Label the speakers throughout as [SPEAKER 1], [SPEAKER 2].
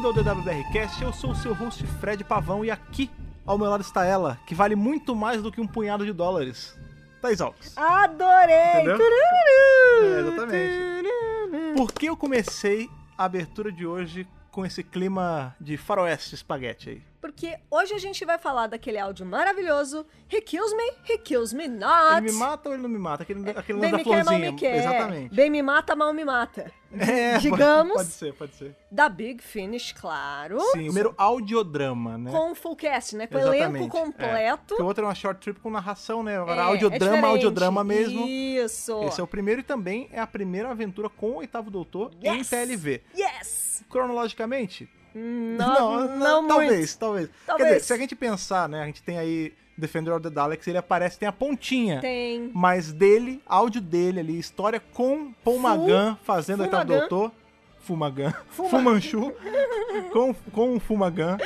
[SPEAKER 1] do WBRCast, eu sou o seu host Fred Pavão e aqui ao meu lado está ela, que vale muito mais do que um punhado de dólares. Thaís Alves.
[SPEAKER 2] Adorei!
[SPEAKER 1] Entendeu?
[SPEAKER 2] Tururu!
[SPEAKER 1] É, exatamente.
[SPEAKER 2] Tururu!
[SPEAKER 1] Por que eu comecei a abertura de hoje com esse clima de faroeste espaguete aí?
[SPEAKER 2] Porque hoje a gente vai falar daquele áudio maravilhoso He Kills Me, He Kills Me
[SPEAKER 1] Ele
[SPEAKER 2] Not.
[SPEAKER 1] me mata ou ele não me mata? Aquele, aquele
[SPEAKER 2] Bem
[SPEAKER 1] lance da
[SPEAKER 2] É, me quer, mal
[SPEAKER 1] florzinha.
[SPEAKER 2] me quer.
[SPEAKER 1] Exatamente.
[SPEAKER 2] Bem me mata, mal me mata.
[SPEAKER 1] É, pode-
[SPEAKER 2] digamos.
[SPEAKER 1] Pode ser, pode ser.
[SPEAKER 2] Da Big Finish, claro.
[SPEAKER 1] Sim, o primeiro audiodrama, né?
[SPEAKER 2] Com o full cast, né? Com o
[SPEAKER 1] Exatamente,
[SPEAKER 2] elenco
[SPEAKER 1] é.
[SPEAKER 2] completo.
[SPEAKER 1] Porque o outro é uma short trip com narração, né? Agora,
[SPEAKER 2] É, é
[SPEAKER 1] audiodrama,
[SPEAKER 2] diferente.
[SPEAKER 1] audiodrama mesmo.
[SPEAKER 2] Isso.
[SPEAKER 1] Esse é o primeiro e também é a primeira aventura com o Oitavo Doutor em
[SPEAKER 2] Yes!
[SPEAKER 1] TLV.
[SPEAKER 2] Yes!
[SPEAKER 1] Cronologicamente?
[SPEAKER 2] Não, não, muito.
[SPEAKER 1] talvez, talvez,
[SPEAKER 2] Talvez.
[SPEAKER 1] Quer dizer, se a gente pensar, né? A gente tem aí Defender of the Daleks, ele aparece, tem a pontinha.
[SPEAKER 2] Tem.
[SPEAKER 1] Mas dele, áudio dele ali, história com Paul
[SPEAKER 2] Fu-
[SPEAKER 1] Magan fazendo o Oitavo
[SPEAKER 2] Fumagan.
[SPEAKER 1] Doutor. Fumagan.
[SPEAKER 2] Fuma-
[SPEAKER 1] Fumanchu. com, com o Fumagan.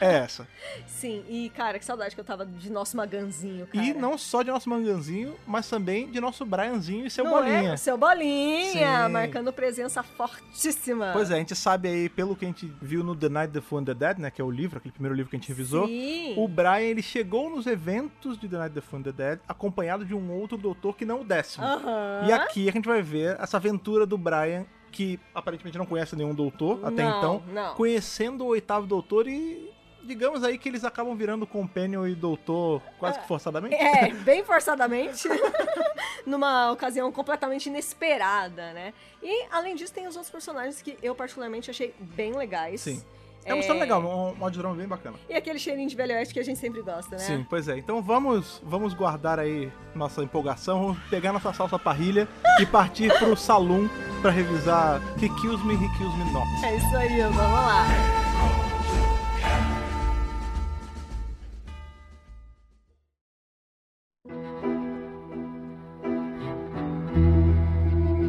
[SPEAKER 1] É essa.
[SPEAKER 2] Sim, e cara, que saudade que eu tava de nosso maganzinho, cara.
[SPEAKER 1] E não só de nosso Manganzinho, mas também de nosso Brianzinho e seu
[SPEAKER 2] Não
[SPEAKER 1] Bolinha.
[SPEAKER 2] É? Seu Bolinha,
[SPEAKER 1] Sim.
[SPEAKER 2] marcando presença fortíssima.
[SPEAKER 1] Pois é, a gente sabe aí, pelo que a gente viu no The Night the Fun the Dead, né? Que é o livro, aquele primeiro livro que a gente revisou.
[SPEAKER 2] Sim.
[SPEAKER 1] O Brian, ele chegou nos eventos de The Night the Fun the Dead, acompanhado de um outro doutor que não o décimo.
[SPEAKER 2] Aham.
[SPEAKER 1] E aqui a gente vai ver essa aventura do Brian, que aparentemente não conhece nenhum doutor até
[SPEAKER 2] Não,
[SPEAKER 1] então,
[SPEAKER 2] não.
[SPEAKER 1] conhecendo o oitavo doutor e. Digamos aí que eles acabam virando companion e doutor quase que forçadamente.
[SPEAKER 2] É, bem forçadamente, numa ocasião completamente inesperada, né? E além disso, tem os outros personagens que eu particularmente achei bem legais.
[SPEAKER 1] Sim. É uma história legal, um, um audiodrama bem bacana.
[SPEAKER 2] E aquele cheirinho de velho oeste que a gente sempre gosta, né?
[SPEAKER 1] Sim, pois é. Então vamos, vamos guardar aí nossa empolgação, vamos pegar nossa salsa parrilha e partir pro salão pra revisar He Kills Me, He Kills Me Not.
[SPEAKER 2] É isso aí, vamos lá.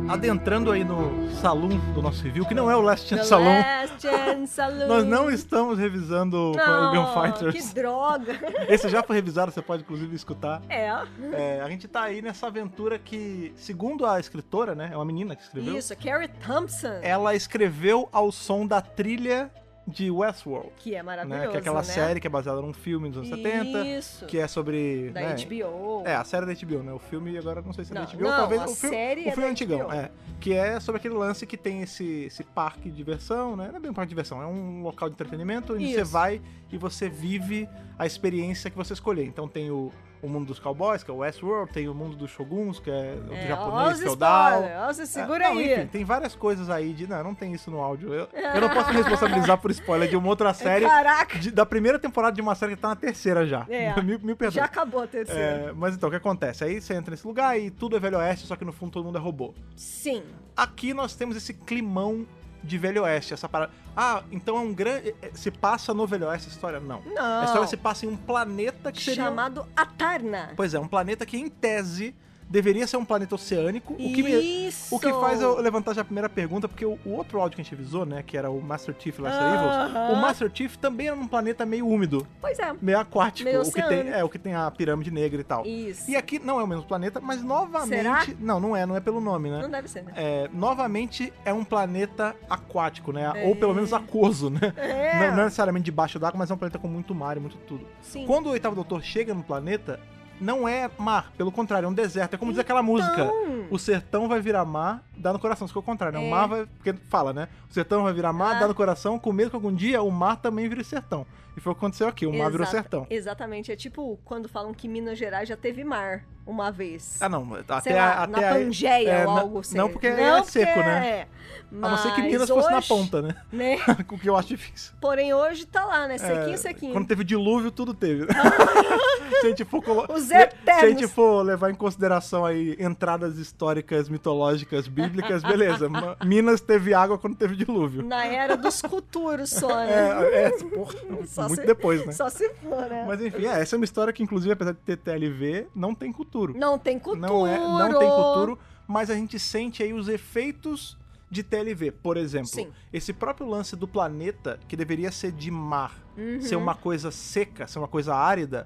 [SPEAKER 1] Adentrando aí no salão do nosso review, que não é o Last
[SPEAKER 2] The
[SPEAKER 1] Chance Salon,
[SPEAKER 2] Last Chance Saloon.
[SPEAKER 1] nós não estamos revisando
[SPEAKER 2] Não,
[SPEAKER 1] o Gunfighters.
[SPEAKER 2] Que droga.
[SPEAKER 1] Esse já foi revisado, você pode inclusive escutar.
[SPEAKER 2] É,
[SPEAKER 1] É, a gente tá aí nessa aventura que, segundo a escritora, né, é uma menina que escreveu,
[SPEAKER 2] isso, Carrie Thompson.
[SPEAKER 1] ela escreveu ao som da trilha de Westworld.
[SPEAKER 2] Que é
[SPEAKER 1] né?
[SPEAKER 2] maravilhoso,
[SPEAKER 1] Que é aquela
[SPEAKER 2] né?
[SPEAKER 1] série que é baseada num filme dos anos 70,
[SPEAKER 2] Isso.
[SPEAKER 1] que é sobre.
[SPEAKER 2] da
[SPEAKER 1] né?
[SPEAKER 2] HBO.
[SPEAKER 1] É, a série da HBO, né? O filme, agora não sei se é da
[SPEAKER 2] Não,
[SPEAKER 1] HBO,
[SPEAKER 2] não,
[SPEAKER 1] talvez
[SPEAKER 2] a
[SPEAKER 1] o filme.
[SPEAKER 2] série
[SPEAKER 1] o
[SPEAKER 2] é
[SPEAKER 1] filme
[SPEAKER 2] da
[SPEAKER 1] antigão,
[SPEAKER 2] HBO.
[SPEAKER 1] é. Que é sobre aquele lance que tem esse, esse parque de diversão, né? Não é bem um parque de diversão, é um local de entretenimento onde você
[SPEAKER 2] Isso.
[SPEAKER 1] vai e você vive a experiência que você escolher. Então tem o, o mundo dos cowboys, que é o Westworld, tem o mundo dos shoguns, que é o
[SPEAKER 2] É, ó
[SPEAKER 1] japonês
[SPEAKER 2] os
[SPEAKER 1] feudal.
[SPEAKER 2] spoilers, ó, se segura
[SPEAKER 1] É, não,
[SPEAKER 2] aí.
[SPEAKER 1] Enfim, tem várias coisas aí de. Não, não tem isso no áudio. Eu, eu não posso me responsabilizar por spoiler de uma outra
[SPEAKER 2] É
[SPEAKER 1] série
[SPEAKER 2] Caraca,
[SPEAKER 1] de- da primeira temporada de uma série que tá na terceira já.
[SPEAKER 2] É.
[SPEAKER 1] Me, me
[SPEAKER 2] já
[SPEAKER 1] perdoa.
[SPEAKER 2] acabou a terceira.
[SPEAKER 1] É, mas então, o que acontece? Aí você entra nesse lugar e tudo é Velho Oeste, só que no fundo todo mundo é robô.
[SPEAKER 2] Sim.
[SPEAKER 1] Aqui nós temos esse climão de Velho Oeste, essa parada. Ah, então é um grande. é- é- Se passa no Velho Oeste a história? Não.
[SPEAKER 2] Não.
[SPEAKER 1] A história se passa em um planeta que seria.
[SPEAKER 2] Chamado Atarna.
[SPEAKER 1] Pois é, um planeta que em tese deveria ser um planeta oceânico, o que me.
[SPEAKER 2] Isso.
[SPEAKER 1] O que faz eu levantar já a primeira pergunta, porque o, o outro áudio que a gente avisou, né, que era o Master Chief Last Evils,
[SPEAKER 2] Aham.
[SPEAKER 1] o Master Chief também era um planeta meio úmido,
[SPEAKER 2] Pois é.
[SPEAKER 1] meio aquático,
[SPEAKER 2] Meio
[SPEAKER 1] o que tem,
[SPEAKER 2] oceânico.
[SPEAKER 1] é o que tem a pirâmide negra e tal.
[SPEAKER 2] Isso.
[SPEAKER 1] E aqui não é o mesmo planeta, mas novamente.
[SPEAKER 2] Será?
[SPEAKER 1] Não, não é, não é pelo nome, né?
[SPEAKER 2] Não deve ser, né?
[SPEAKER 1] É, novamente é um planeta aquático, né? Ou pelo menos aquoso, né?
[SPEAKER 2] É.
[SPEAKER 1] Não, não necessariamente debaixo d'água, mas é um planeta com muito mar e muito tudo.
[SPEAKER 2] Sim.
[SPEAKER 1] Quando o oitavo doutor chega no planeta, não é mar, pelo contrário, é um deserto. É como diz aquela música. O sertão vai virar mar, dá no coração. Isso que é o contrário, né? O
[SPEAKER 2] Então. É.
[SPEAKER 1] mar vai. Porque fala, né? O sertão vai virar mar,
[SPEAKER 2] Ah.
[SPEAKER 1] dá no coração, com medo que algum dia o mar também vire sertão. E foi o que aconteceu aqui: o mar virou
[SPEAKER 2] Exata-
[SPEAKER 1] sertão.
[SPEAKER 2] Exatamente. É tipo quando falam que Minas Gerais já teve mar uma vez.
[SPEAKER 1] Ah, não, até,
[SPEAKER 2] Sei lá,
[SPEAKER 1] a- até
[SPEAKER 2] na
[SPEAKER 1] a-
[SPEAKER 2] Pangeia
[SPEAKER 1] é,
[SPEAKER 2] ou
[SPEAKER 1] na-
[SPEAKER 2] algo assim.
[SPEAKER 1] não, porque é seco, né?
[SPEAKER 2] É.
[SPEAKER 1] A não ser que
[SPEAKER 2] Mas
[SPEAKER 1] Minas fosse na
[SPEAKER 2] hoje,
[SPEAKER 1] ponta, né?
[SPEAKER 2] né?
[SPEAKER 1] o que eu acho difícil.
[SPEAKER 2] Porém, hoje tá lá, né? Sequinho,
[SPEAKER 1] É,
[SPEAKER 2] sequinho.
[SPEAKER 1] Quando teve dilúvio, tudo teve. né? se a gente for colo-
[SPEAKER 2] Os
[SPEAKER 1] se a gente
[SPEAKER 2] eternos.
[SPEAKER 1] for levar em consideração aí entradas históricas, mitológicas, bíblicas, beleza. Ma- Minas teve água quando teve dilúvio.
[SPEAKER 2] Na era dos culturos só,
[SPEAKER 1] É,
[SPEAKER 2] né?
[SPEAKER 1] é, porra,
[SPEAKER 2] Só
[SPEAKER 1] muito
[SPEAKER 2] se-
[SPEAKER 1] depois, né?
[SPEAKER 2] Só se for, né?
[SPEAKER 1] Mas enfim, é, essa é uma história que, inclusive, apesar de ter TLV, não tem cultura.
[SPEAKER 2] Não tem cultura.
[SPEAKER 1] Não, é, não tem futuro, mas a gente sente aí os efeitos de TLV. Por exemplo,
[SPEAKER 2] Sim.
[SPEAKER 1] esse próprio lance do planeta, que deveria ser de mar,
[SPEAKER 2] Uhum.
[SPEAKER 1] ser é uma coisa seca, ser uma coisa árida,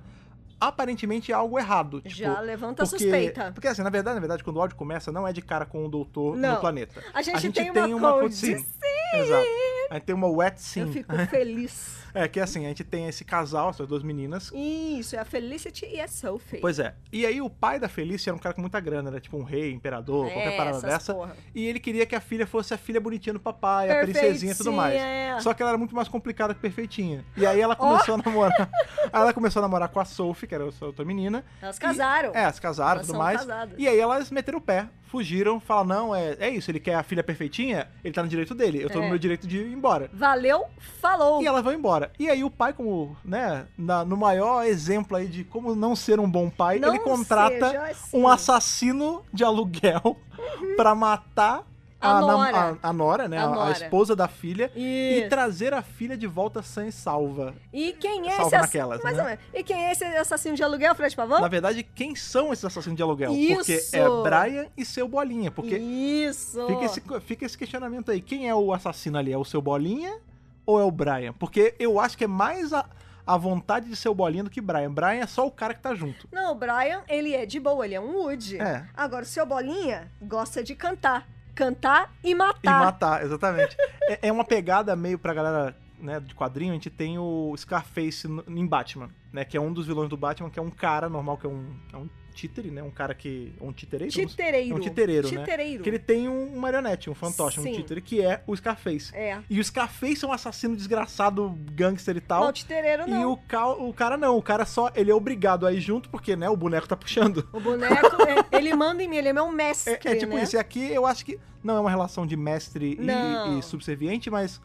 [SPEAKER 1] aparentemente é algo errado. Tipo,
[SPEAKER 2] Já levanta a
[SPEAKER 1] porque,
[SPEAKER 2] suspeita.
[SPEAKER 1] Porque assim, na verdade, na verdade, quando o áudio começa, não é de cara com o doutor no
[SPEAKER 2] Não.
[SPEAKER 1] planeta.
[SPEAKER 2] A gente,
[SPEAKER 1] a gente
[SPEAKER 2] tem, uma,
[SPEAKER 1] co- sim, Exato. A gente tem uma wet
[SPEAKER 2] Eu
[SPEAKER 1] scene.
[SPEAKER 2] fico feliz.
[SPEAKER 1] É, que é assim, a gente tem esse casal, essas duas meninas.
[SPEAKER 2] Isso, é a Felicity e a Sophie.
[SPEAKER 1] Pois é. E aí o pai da Felicia era um cara com muita grana, era tipo um rei, imperador, qualquer parada
[SPEAKER 2] É, Essas
[SPEAKER 1] dessa.
[SPEAKER 2] porra.
[SPEAKER 1] E ele queria que a filha fosse a filha bonitinha do papai, a princesinha e tudo mais.
[SPEAKER 2] Perfeitinha. é.
[SPEAKER 1] Só que ela era muito mais complicada que perfeitinha. E aí ela começou
[SPEAKER 2] Oh.
[SPEAKER 1] a namorar. Aí ela começou a namorar com a Sophie, que era a outra menina.
[SPEAKER 2] Elas casaram.
[SPEAKER 1] É, se casaram e
[SPEAKER 2] Elas
[SPEAKER 1] tudo
[SPEAKER 2] são
[SPEAKER 1] mais.
[SPEAKER 2] casadas.
[SPEAKER 1] E aí elas meteram o pé, fugiram, falaram: não, é, é isso, ele quer a filha perfeitinha, ele tá no direito dele, eu tô no
[SPEAKER 2] É.
[SPEAKER 1] meu direito de ir embora.
[SPEAKER 2] Valeu, falou.
[SPEAKER 1] E elas vão embora. E aí o pai, como, né, na- no maior exemplo aí de como não ser um bom pai,
[SPEAKER 2] Não
[SPEAKER 1] ele contrata
[SPEAKER 2] seja assim.
[SPEAKER 1] um assassino de aluguel pra matar
[SPEAKER 2] Uhum. A
[SPEAKER 1] a, nam-
[SPEAKER 2] nora.
[SPEAKER 1] a- a nora, né?
[SPEAKER 2] A
[SPEAKER 1] a- a
[SPEAKER 2] nora.
[SPEAKER 1] esposa da filha. E
[SPEAKER 2] Isso.
[SPEAKER 1] trazer a filha de volta sã e salva.
[SPEAKER 2] E quem é
[SPEAKER 1] Salva
[SPEAKER 2] esse ass-
[SPEAKER 1] naquelas,
[SPEAKER 2] Mais
[SPEAKER 1] né?
[SPEAKER 2] ou menos. E quem é esse assassino de aluguel, Fred Pavão?
[SPEAKER 1] Na verdade, quem são esses assassinos de aluguel? Porque
[SPEAKER 2] Isso.
[SPEAKER 1] é Brian e seu Bolinha. Porque
[SPEAKER 2] Isso.
[SPEAKER 1] Fica esse, fica esse questionamento aí. Quem é o assassino ali? É o seu Bolinha ou é o Brian? Porque eu acho que é mais a, a vontade de seu Bolinha do que Brian. Brian é só o cara que tá junto.
[SPEAKER 2] Não, o Brian, ele é de boa, ele é um Woody.
[SPEAKER 1] É.
[SPEAKER 2] Agora, o seu Bolinha gosta de cantar. Cantar e
[SPEAKER 1] E
[SPEAKER 2] matar.
[SPEAKER 1] matar, exatamente. é, é uma pegada meio pra galera né, de quadrinho. A gente tem o Scarface no- em Batman, né? Que é um dos vilões do Batman, que é um cara normal, que é um, é um títere, né? Um cara que... Um títere?
[SPEAKER 2] Titereiro.
[SPEAKER 1] É um titereiro, né?
[SPEAKER 2] Titereiro.
[SPEAKER 1] Que ele tem um marionete, um fantoche,
[SPEAKER 2] Sim.
[SPEAKER 1] um títere, que é o Scarface.
[SPEAKER 2] É.
[SPEAKER 1] E o Scarface é um assassino desgraçado, gangster e tal.
[SPEAKER 2] Não, o titereiro
[SPEAKER 1] E
[SPEAKER 2] não.
[SPEAKER 1] o, ca- o cara não, o cara só. Ele é obrigado a ir junto porque, né, o boneco tá puxando.
[SPEAKER 2] O boneco, é- ele manda em mim, ele é meu
[SPEAKER 1] É,
[SPEAKER 2] mestre,
[SPEAKER 1] é tipo
[SPEAKER 2] né?
[SPEAKER 1] isso. E aqui eu acho que não é uma relação de mestre e,
[SPEAKER 2] Não.
[SPEAKER 1] e subserviente, mas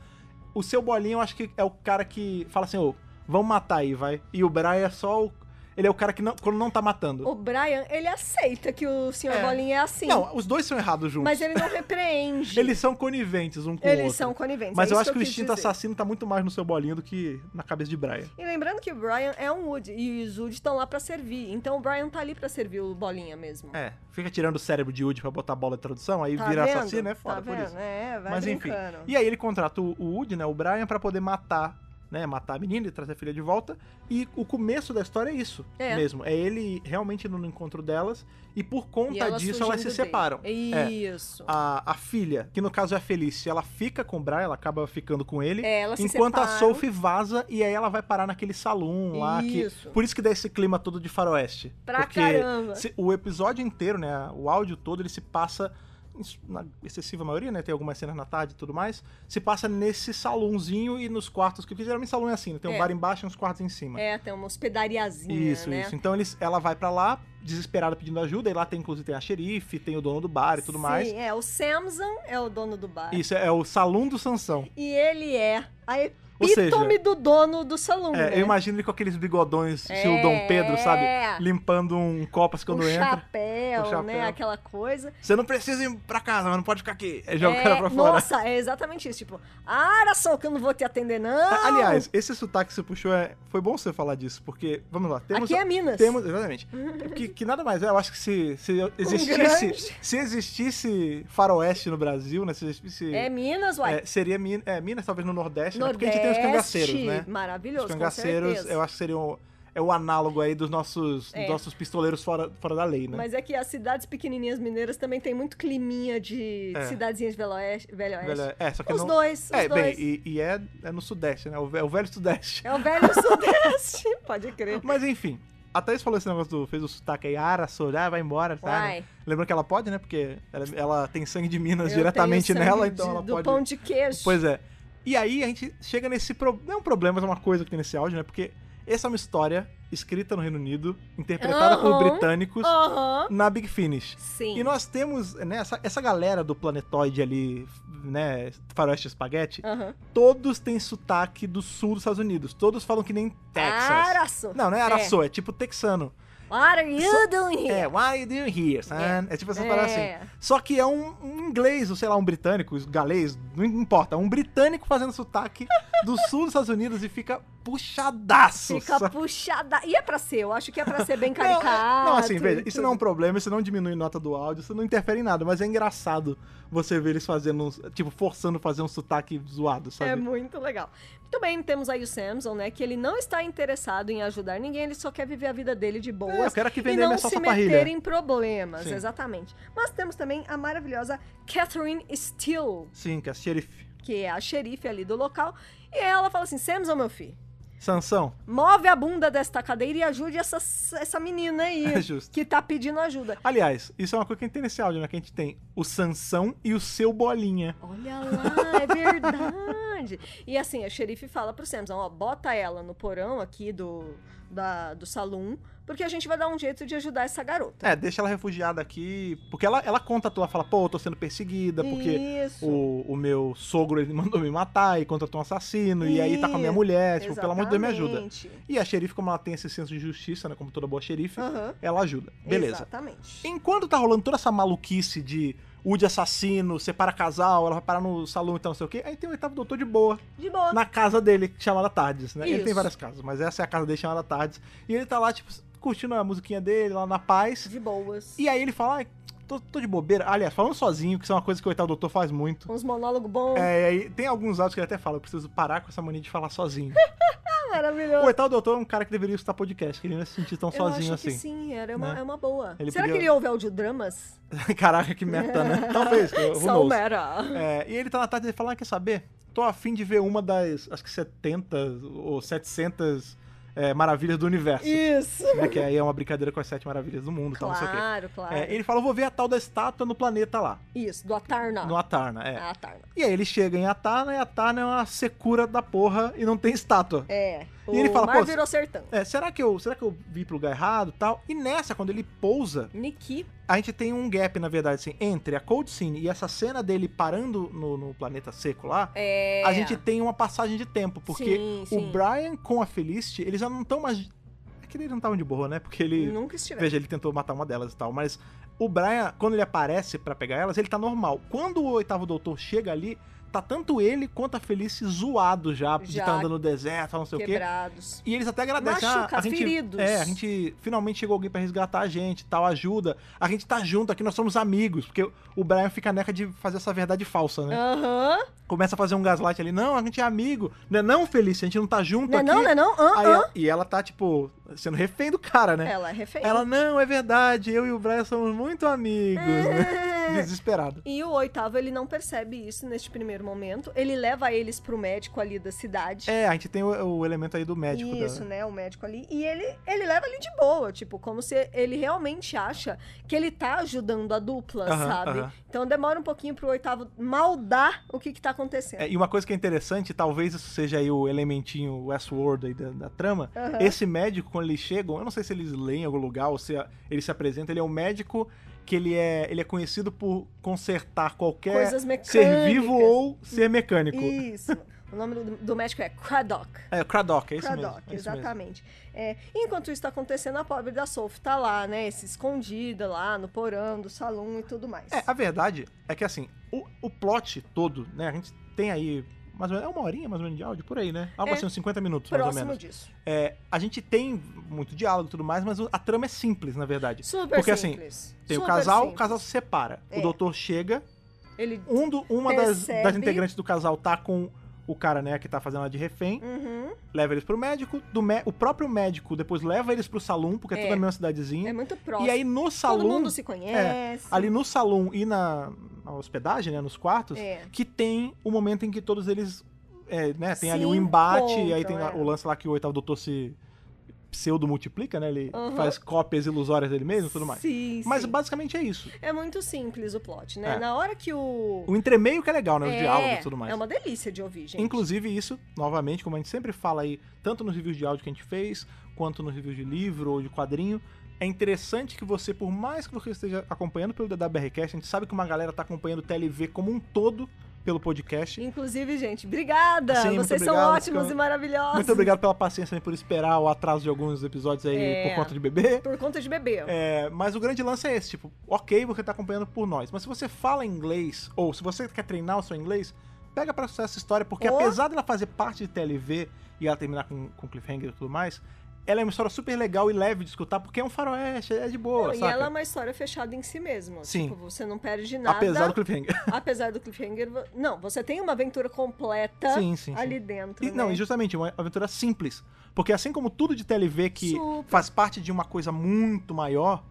[SPEAKER 1] o seu bolinho eu acho que é o cara que fala assim: ô, vamos matar aí, vai. E o Brian é só o. Ele é o cara que não, quando não tá matando.
[SPEAKER 2] O Brian, ele aceita que o senhor
[SPEAKER 1] É.
[SPEAKER 2] Bolinha é assim.
[SPEAKER 1] Não, os dois são errados juntos.
[SPEAKER 2] mas ele não repreende.
[SPEAKER 1] Eles são coniventes um com o
[SPEAKER 2] Eles
[SPEAKER 1] outro.
[SPEAKER 2] são coniventes.
[SPEAKER 1] Mas
[SPEAKER 2] é
[SPEAKER 1] eu
[SPEAKER 2] isso
[SPEAKER 1] acho que, o
[SPEAKER 2] quis
[SPEAKER 1] instinto
[SPEAKER 2] dizer.
[SPEAKER 1] assassino tá muito mais no seu bolinho do que na cabeça de Brian.
[SPEAKER 2] E lembrando que o Brian é um Woody e os Woody estão lá pra servir. Então o Brian tá ali pra servir o Bolinha mesmo.
[SPEAKER 1] É, fica tirando o cérebro de Woody pra botar bola de tradução, aí
[SPEAKER 2] Tá
[SPEAKER 1] vira
[SPEAKER 2] vendo?
[SPEAKER 1] assassino, é foda
[SPEAKER 2] tá
[SPEAKER 1] por
[SPEAKER 2] vendo?
[SPEAKER 1] isso.
[SPEAKER 2] É, vai
[SPEAKER 1] Mas enfim.
[SPEAKER 2] brincando.
[SPEAKER 1] E aí ele contrata o o Woody, né, o Brian, pra poder matar, né, matar a menina e trazer a filha de volta. E o começo da história é isso
[SPEAKER 2] É.
[SPEAKER 1] mesmo. É ele realmente indo no encontro delas e por conta
[SPEAKER 2] E elas
[SPEAKER 1] disso elas se
[SPEAKER 2] fugindo dele.
[SPEAKER 1] separam. É.
[SPEAKER 2] Isso.
[SPEAKER 1] A, a filha, que no caso é a Felice, ela fica com o Brian, ela acaba ficando com ele.
[SPEAKER 2] É, elas se
[SPEAKER 1] enquanto a
[SPEAKER 2] separam.
[SPEAKER 1] Sophie vaza e aí ela vai parar naquele salão lá. que-
[SPEAKER 2] Isso.
[SPEAKER 1] por isso que dá esse clima todo de faroeste.
[SPEAKER 2] Pra
[SPEAKER 1] porque
[SPEAKER 2] caramba.
[SPEAKER 1] se- o episódio inteiro, né? O áudio todo, ele se passa, em- na excessiva maioria, né? Tem algumas cenas na tarde e tudo mais. Se passa nesse salãozinho e nos quartos, que porque geralmente salão é assim, né? Tem um
[SPEAKER 2] É.
[SPEAKER 1] bar embaixo e uns quartos em cima.
[SPEAKER 2] É, tem uma hospedariazinha,
[SPEAKER 1] Isso,
[SPEAKER 2] né?
[SPEAKER 1] isso. Então eles, ela vai pra lá, desesperada pedindo ajuda, e lá tem, inclusive, tem a xerife, tem o dono do bar e tudo mais.
[SPEAKER 2] Sim, é. O Samson é o dono do bar.
[SPEAKER 1] Isso, é o salão do Sansão.
[SPEAKER 2] E ele é a
[SPEAKER 1] Ou seja,
[SPEAKER 2] epítome do dono do salão,
[SPEAKER 1] É,
[SPEAKER 2] né?
[SPEAKER 1] eu imagino ele com aqueles bigodões, estilo Dom Pedro, sabe?
[SPEAKER 2] É.
[SPEAKER 1] Limpando um copas quando
[SPEAKER 2] um
[SPEAKER 1] entra.
[SPEAKER 2] chapéu,
[SPEAKER 1] Um chapéu.
[SPEAKER 2] né? Aquela coisa.
[SPEAKER 1] Você não precisa ir pra casa, mas não pode ficar aqui. Aí Joga o
[SPEAKER 2] É,
[SPEAKER 1] cara pra fora.
[SPEAKER 2] Nossa, é exatamente isso. Tipo, ah, era só que eu não vou te atender, não.
[SPEAKER 1] A- Aliás, esse sotaque que você puxou é. Foi bom você falar disso, porque. Vamos lá, temos.
[SPEAKER 2] aqui é Minas.
[SPEAKER 1] Temos, exatamente. que, que nada mais é, eu acho que se, se existisse.
[SPEAKER 2] Um grande.
[SPEAKER 1] se existisse faroeste no Brasil, né? Se existisse.
[SPEAKER 2] É Minas, uai.
[SPEAKER 1] é, seria Min- é, Minas, talvez no Nordeste, né? Porque a gente
[SPEAKER 2] Nordeste,
[SPEAKER 1] tem os cangaceiros, né?
[SPEAKER 2] Maravilhoso,
[SPEAKER 1] os cangaceiros,
[SPEAKER 2] com certeza.
[SPEAKER 1] eu acho que seriam. É o análogo aí dos nossos,
[SPEAKER 2] É.
[SPEAKER 1] nossos pistoleiros fora, fora da lei, né?
[SPEAKER 2] Mas é que as cidades pequenininhas mineiras também tem muito climinha de
[SPEAKER 1] É.
[SPEAKER 2] cidadezinhas de Velho Oeste. Velho Oeste.
[SPEAKER 1] Velho- é, só que
[SPEAKER 2] Os
[SPEAKER 1] não.
[SPEAKER 2] dois, os
[SPEAKER 1] é, bem,
[SPEAKER 2] dois.
[SPEAKER 1] e, e é, é no Sudeste, né? O, ve- o velho Sudeste.
[SPEAKER 2] É o Velho Sudeste, pode crer.
[SPEAKER 1] Mas enfim, a Thaís falou esse negócio do. fez o sotaque aí, Ara, Sorá, vai embora, tá?
[SPEAKER 2] Uai,
[SPEAKER 1] Lembrando que ela pode, né? Porque ela, ela tem sangue de
[SPEAKER 2] eu
[SPEAKER 1] Minas
[SPEAKER 2] tenho
[SPEAKER 1] diretamente
[SPEAKER 2] sangue
[SPEAKER 1] nela,
[SPEAKER 2] de-
[SPEAKER 1] então ela
[SPEAKER 2] do
[SPEAKER 1] pode.
[SPEAKER 2] pão de queijo.
[SPEAKER 1] Pois é. E aí a gente chega nesse. Pro... Não é um problema, mas é uma coisa que tem nesse áudio, né? Porque essa é uma história escrita no Reino Unido, interpretada por
[SPEAKER 2] Aham.
[SPEAKER 1] britânicos
[SPEAKER 2] Aham.
[SPEAKER 1] na Big Finish.
[SPEAKER 2] Sim.
[SPEAKER 1] E nós temos, né, essa, essa galera do planetoide ali, né, faroeste espaguete,
[SPEAKER 2] Aham.
[SPEAKER 1] todos têm sotaque do sul dos Estados Unidos. Todos falam que nem Texas.
[SPEAKER 2] Araçu.
[SPEAKER 1] Não, não é
[SPEAKER 2] É.
[SPEAKER 1] Araçô, é tipo texano.
[SPEAKER 2] What are you doing
[SPEAKER 1] É,
[SPEAKER 2] here?
[SPEAKER 1] what are you doing here, son? É, tipo essas
[SPEAKER 2] É.
[SPEAKER 1] palavras assim. Só que é um, um inglês, ou sei lá, um britânico, galês, não importa. Um britânico fazendo sotaque do sul dos Estados Unidos e fica puxadaço.
[SPEAKER 2] Fica
[SPEAKER 1] sabe?
[SPEAKER 2] puxada. E é pra ser, eu acho que é pra ser bem
[SPEAKER 1] Não, é-
[SPEAKER 2] caricato.
[SPEAKER 1] Não, assim, veja,
[SPEAKER 2] e
[SPEAKER 1] isso
[SPEAKER 2] tudo.
[SPEAKER 1] não é um problema, isso não diminui nota do áudio, isso não interfere em nada, mas é engraçado você ver eles fazendo, uns- tipo, forçando fazer um sotaque zoado, sabe?
[SPEAKER 2] É muito legal. Muito bem, temos aí o Samson, né? Que ele não está interessado em ajudar ninguém, ele só quer viver a vida dele de boa.
[SPEAKER 1] É, eu quero aqui
[SPEAKER 2] e
[SPEAKER 1] vender
[SPEAKER 2] não
[SPEAKER 1] minha
[SPEAKER 2] se
[SPEAKER 1] salsa
[SPEAKER 2] meter
[SPEAKER 1] parrilha.
[SPEAKER 2] em problemas,
[SPEAKER 1] Sim.
[SPEAKER 2] exatamente. Mas temos também a maravilhosa Catherine Steele,
[SPEAKER 1] Sim, que é xerife.
[SPEAKER 2] que é a xerife ali do local, e ela fala assim: Samson, meu filho,
[SPEAKER 1] Sansão.
[SPEAKER 2] move a bunda desta cadeira e ajude essa, essa menina aí
[SPEAKER 1] É justo.
[SPEAKER 2] que tá pedindo ajuda.
[SPEAKER 1] Aliás, isso é uma coisa que tem nesse áudio, né? Que a gente tem o Sansão e o seu Bolinha.
[SPEAKER 2] Olha lá, é verdade. E assim, a xerife fala pro Samson, ó, bota ela no porão aqui do, da, do salão, porque a gente vai dar um jeito de ajudar essa garota.
[SPEAKER 1] É, deixa ela refugiada aqui. Porque ela, ela conta tudo, ela fala, pô, eu tô sendo perseguida, porque
[SPEAKER 2] Isso.
[SPEAKER 1] o, o meu sogro ele mandou me matar e contratou um assassino, e aí tá com a minha mulher, tipo, pelo amor de Deus, me ajuda.
[SPEAKER 2] Exatamente.
[SPEAKER 1] E a xerife, como ela tem esse senso de justiça, né? Como toda boa xerife,
[SPEAKER 2] Aham.
[SPEAKER 1] ela ajuda. Beleza.
[SPEAKER 2] Exatamente.
[SPEAKER 1] Enquanto tá rolando toda essa maluquice de Woody assassino, separa casal, ela vai parar no salão e tal, não sei o quê, aí tem o oitavo doutor de boa,
[SPEAKER 2] De boa.
[SPEAKER 1] na casa dele, chamada Tardes, né? Ele tem
[SPEAKER 2] Isso.
[SPEAKER 1] várias casas, mas essa é a casa dele chamada Tardes. E ele tá lá, tipo, curtindo a musiquinha dele, lá na paz.
[SPEAKER 2] De boas.
[SPEAKER 1] E aí ele fala, ai, tô, tô de bobeira. Aliás, falando sozinho, que isso é uma coisa que o oitavo doutor faz muito.
[SPEAKER 2] Uns monólogos bons.
[SPEAKER 1] É, e aí tem alguns áudios que ele até fala, eu preciso parar com essa mania de falar sozinho. o
[SPEAKER 2] Ah, Maravilhoso.
[SPEAKER 1] oitavo doutor é um cara que deveria escutar podcast, que ele não ia se sentir tão
[SPEAKER 2] Eu
[SPEAKER 1] sozinho
[SPEAKER 2] acho que
[SPEAKER 1] assim.
[SPEAKER 2] sim, era uma,
[SPEAKER 1] né?
[SPEAKER 2] é uma boa.
[SPEAKER 1] Ele
[SPEAKER 2] Será
[SPEAKER 1] podia-
[SPEAKER 2] que ele ouve audiodramas?
[SPEAKER 1] Caraca, que meta, né? Talvez, who
[SPEAKER 2] Só um
[SPEAKER 1] knows.
[SPEAKER 2] mera.
[SPEAKER 1] É, e ele tá na tarde e fala, ah, quer saber? Tô afim de ver uma das, acho que 70 ou 700 é, maravilhas do universo.
[SPEAKER 2] Isso.
[SPEAKER 1] Né, que aí é uma brincadeira com as sete maravilhas do mundo, tal, não sei o quê.
[SPEAKER 2] Claro, claro.
[SPEAKER 1] É, ele fala, eu vou ver a tal da estátua no planeta lá,
[SPEAKER 2] Isso, do Atarna.
[SPEAKER 1] no Atarna, é.
[SPEAKER 2] Ah, Atarna.
[SPEAKER 1] E aí ele chega em Atarna, e Atarna é uma secura da porra e não tem estátua.
[SPEAKER 2] É.
[SPEAKER 1] E ele
[SPEAKER 2] o
[SPEAKER 1] fala,
[SPEAKER 2] mar
[SPEAKER 1] "Pô,
[SPEAKER 2] virou sertão.
[SPEAKER 1] É, será que eu será que eu vi pro lugar errado tal? E nessa, quando ele pousa,
[SPEAKER 2] Niki.
[SPEAKER 1] a gente tem um gap, na verdade, assim, entre a cold scene e essa cena dele parando no, no planeta seco lá,
[SPEAKER 2] É.
[SPEAKER 1] a gente tem uma passagem de tempo, porque
[SPEAKER 2] Sim,
[SPEAKER 1] o
[SPEAKER 2] sim.
[SPEAKER 1] Brian com a Felicity, eles já não estão mais... É que eles não estavam de boa, né? Porque ele...
[SPEAKER 2] Nunca estiver.
[SPEAKER 1] Veja, ele tentou matar uma delas e tal, mas o Brian, quando ele aparece pra pegar elas, ele tá normal. Quando o oitavo doutor chega ali, tá tanto ele quanto a Felice zoado já, de
[SPEAKER 2] Já
[SPEAKER 1] tá andando no deserto, não sei o quê.
[SPEAKER 2] Quebrados.
[SPEAKER 1] E eles até agradecem. ah, a
[SPEAKER 2] Machucados,
[SPEAKER 1] gente,
[SPEAKER 2] feridos.
[SPEAKER 1] É, a gente finalmente chegou alguém pra resgatar a gente, tal, ajuda. A gente tá junto aqui, nós somos amigos. Porque o Brian fica neca de fazer essa verdade falsa,
[SPEAKER 2] Ah.
[SPEAKER 1] né?
[SPEAKER 2] Aham. é
[SPEAKER 1] Começa a fazer um gaslight ali. Não, a gente é amigo. Não é não, Felice, a gente não tá junto
[SPEAKER 2] Não é
[SPEAKER 1] aqui.
[SPEAKER 2] não, não é não? Hã,
[SPEAKER 1] Aí
[SPEAKER 2] hã?
[SPEAKER 1] ela- e ela tá, tipo, sendo refém do cara, né?
[SPEAKER 2] Ela é refém.
[SPEAKER 1] Ela, não, é verdade, eu e o Brian somos muito amigos, né?
[SPEAKER 2] É.
[SPEAKER 1] Desesperado.
[SPEAKER 2] E o oitavo, ele não percebe isso neste primeiro momento. Ele leva eles pro médico ali da cidade.
[SPEAKER 1] É, a gente tem o, o elemento aí do médico. da-
[SPEAKER 2] Isso, né? O médico ali. E ele, ele leva ali de boa, tipo, como se ele realmente acha que ele tá ajudando a dupla,
[SPEAKER 1] Aham,
[SPEAKER 2] sabe?
[SPEAKER 1] ahã.
[SPEAKER 2] Então demora um pouquinho pro oitavo maldar o que que tá acontecendo.
[SPEAKER 1] É, e uma coisa que é interessante, talvez isso seja aí o elementinho Westworld aí da, da trama.
[SPEAKER 2] Aham.
[SPEAKER 1] Esse médico, quando eles chegam, eu não sei se eles leem em algum lugar ou se a- ele se apresenta, ele é um médico que ele é, ele é conhecido por consertar qualquer
[SPEAKER 2] Coisas
[SPEAKER 1] é ser
[SPEAKER 2] mecânicas.
[SPEAKER 1] vivo ou ser mecânico.
[SPEAKER 2] Isso. O nome do, do médico é Cradock.
[SPEAKER 1] É, Cradock, é isso
[SPEAKER 2] Cradock,
[SPEAKER 1] mesmo. é isso mesmo.
[SPEAKER 2] exatamente. É, enquanto isso está acontecendo, a pobre da Sophie tá lá, né? Se escondida lá no porão do salão e tudo mais.
[SPEAKER 1] É, a verdade é que assim, o, o plot todo, né? A gente tem aí mais ou menos, é uma horinha mais ou menos de áudio, por aí, né? Algo
[SPEAKER 2] É.
[SPEAKER 1] assim, uns 50 minutos, mais ou
[SPEAKER 2] Próximo
[SPEAKER 1] menos.
[SPEAKER 2] disso.
[SPEAKER 1] É, a gente tem muito diálogo e tudo mais, mas o- a trama é simples, na verdade.
[SPEAKER 2] Super
[SPEAKER 1] Porque, assim,
[SPEAKER 2] simples.
[SPEAKER 1] Tem o
[SPEAKER 2] super
[SPEAKER 1] casal, o
[SPEAKER 2] simples.
[SPEAKER 1] casal se separa. O
[SPEAKER 2] É.
[SPEAKER 1] doutor chega,
[SPEAKER 2] Ele...
[SPEAKER 1] um do- uma das,
[SPEAKER 2] Percebe.
[SPEAKER 1] das integrantes do casal tá com o cara, né, que tá fazendo ela de refém,
[SPEAKER 2] Uhum.
[SPEAKER 1] leva eles pro médico, do mé- o próprio médico depois leva eles pro salão, porque é,
[SPEAKER 2] É.
[SPEAKER 1] tudo na mesma
[SPEAKER 2] É
[SPEAKER 1] cidadezinha.
[SPEAKER 2] muito próximo.
[SPEAKER 1] e aí no
[SPEAKER 2] Todo
[SPEAKER 1] salão, é,
[SPEAKER 2] mundo se conhece.
[SPEAKER 1] ali no salão e na, na hospedagem, né, nos quartos,
[SPEAKER 2] É.
[SPEAKER 1] que tem o momento em que todos eles. é, né, tem
[SPEAKER 2] Se
[SPEAKER 1] ali um embate,
[SPEAKER 2] encontram,
[SPEAKER 1] e aí tem lá
[SPEAKER 2] é.
[SPEAKER 1] o lance lá que o oitavo doutor se pseudo-multiplica, né? Ele
[SPEAKER 2] Uhum.
[SPEAKER 1] faz cópias ilusórias dele mesmo e tudo mais.
[SPEAKER 2] Sim,
[SPEAKER 1] Mas
[SPEAKER 2] sim.
[SPEAKER 1] basicamente é isso.
[SPEAKER 2] É muito simples o plot, né?
[SPEAKER 1] É.
[SPEAKER 2] Na hora que o...
[SPEAKER 1] O entremeio que é legal, né? Os
[SPEAKER 2] é,
[SPEAKER 1] diálogos e tudo mais.
[SPEAKER 2] É uma delícia de ouvir, gente.
[SPEAKER 1] Inclusive, isso, novamente, como a gente sempre fala aí, tanto nos reviews de áudio que a gente fez, quanto nos reviews de livro ou de quadrinho, é interessante que você, por mais que você esteja acompanhando pelo DWRcast, a gente sabe que uma galera tá acompanhando o TLV como um todo pelo podcast.
[SPEAKER 2] Inclusive, gente, obrigada!
[SPEAKER 1] Sim, muito
[SPEAKER 2] Vocês são
[SPEAKER 1] obrigado,
[SPEAKER 2] ótimos
[SPEAKER 1] ficamos-
[SPEAKER 2] e maravilhosos.
[SPEAKER 1] Muito obrigado pela paciência e por esperar o atraso de alguns episódios aí
[SPEAKER 2] É.
[SPEAKER 1] por conta de bebê.
[SPEAKER 2] Por conta de bebê.
[SPEAKER 1] É, mas o grande lance é esse, tipo, ok, você tá acompanhando por nós, mas se você fala inglês, ou se você quer treinar o seu inglês, pega pra acessar essa história, porque
[SPEAKER 2] Ô.
[SPEAKER 1] apesar dela fazer parte de TLV e ela terminar com, com cliffhanger e tudo mais, ela é uma história super legal e leve de escutar, porque é um faroeste, é de boa,
[SPEAKER 2] Não, e
[SPEAKER 1] saca?
[SPEAKER 2] ela é uma história fechada em si mesma.
[SPEAKER 1] Sim.
[SPEAKER 2] Tipo, você não perde nada.
[SPEAKER 1] Apesar do cliffhanger.
[SPEAKER 2] apesar do cliffhanger. vo- Não, você tem uma aventura completa
[SPEAKER 1] sim, sim, sim.
[SPEAKER 2] tá ali dentro.
[SPEAKER 1] E,
[SPEAKER 2] né?
[SPEAKER 1] Não, e justamente, uma aventura simples. Porque assim como tudo de TLV que
[SPEAKER 2] Super.
[SPEAKER 1] faz parte de uma coisa muito maior,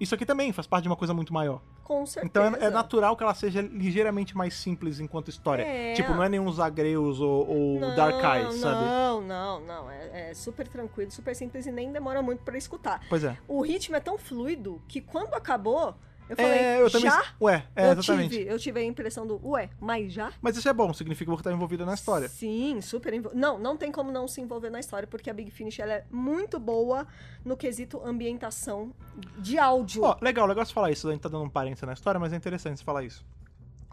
[SPEAKER 1] isso aqui também faz parte de uma coisa muito maior.
[SPEAKER 2] Com certeza.
[SPEAKER 1] Então é, é natural que ela seja ligeiramente mais simples enquanto história.
[SPEAKER 2] É.
[SPEAKER 1] Tipo, não é nenhum Zagreus ou, ou Dark Eye, sabe?
[SPEAKER 2] Não, não, não. É, é super tranquilo, super simples e nem demora muito pra escutar.
[SPEAKER 1] Pois é.
[SPEAKER 2] O ritmo é tão fluido que quando acabou, eu falei,
[SPEAKER 1] é, eu também.
[SPEAKER 2] já?
[SPEAKER 1] Ué, é,
[SPEAKER 2] eu,
[SPEAKER 1] exatamente.
[SPEAKER 2] tive, eu tive a impressão do, ué, mas já?
[SPEAKER 1] Mas isso é bom, significa que eu vou estar envolvida na história.
[SPEAKER 2] Sim, super envol... Não, não tem como não se envolver na história, porque a Big Finish ela é muito boa no quesito ambientação de áudio.
[SPEAKER 1] Ó, legal, legal você falar isso, a gente tá dando um parênteses na história, mas é interessante você falar isso.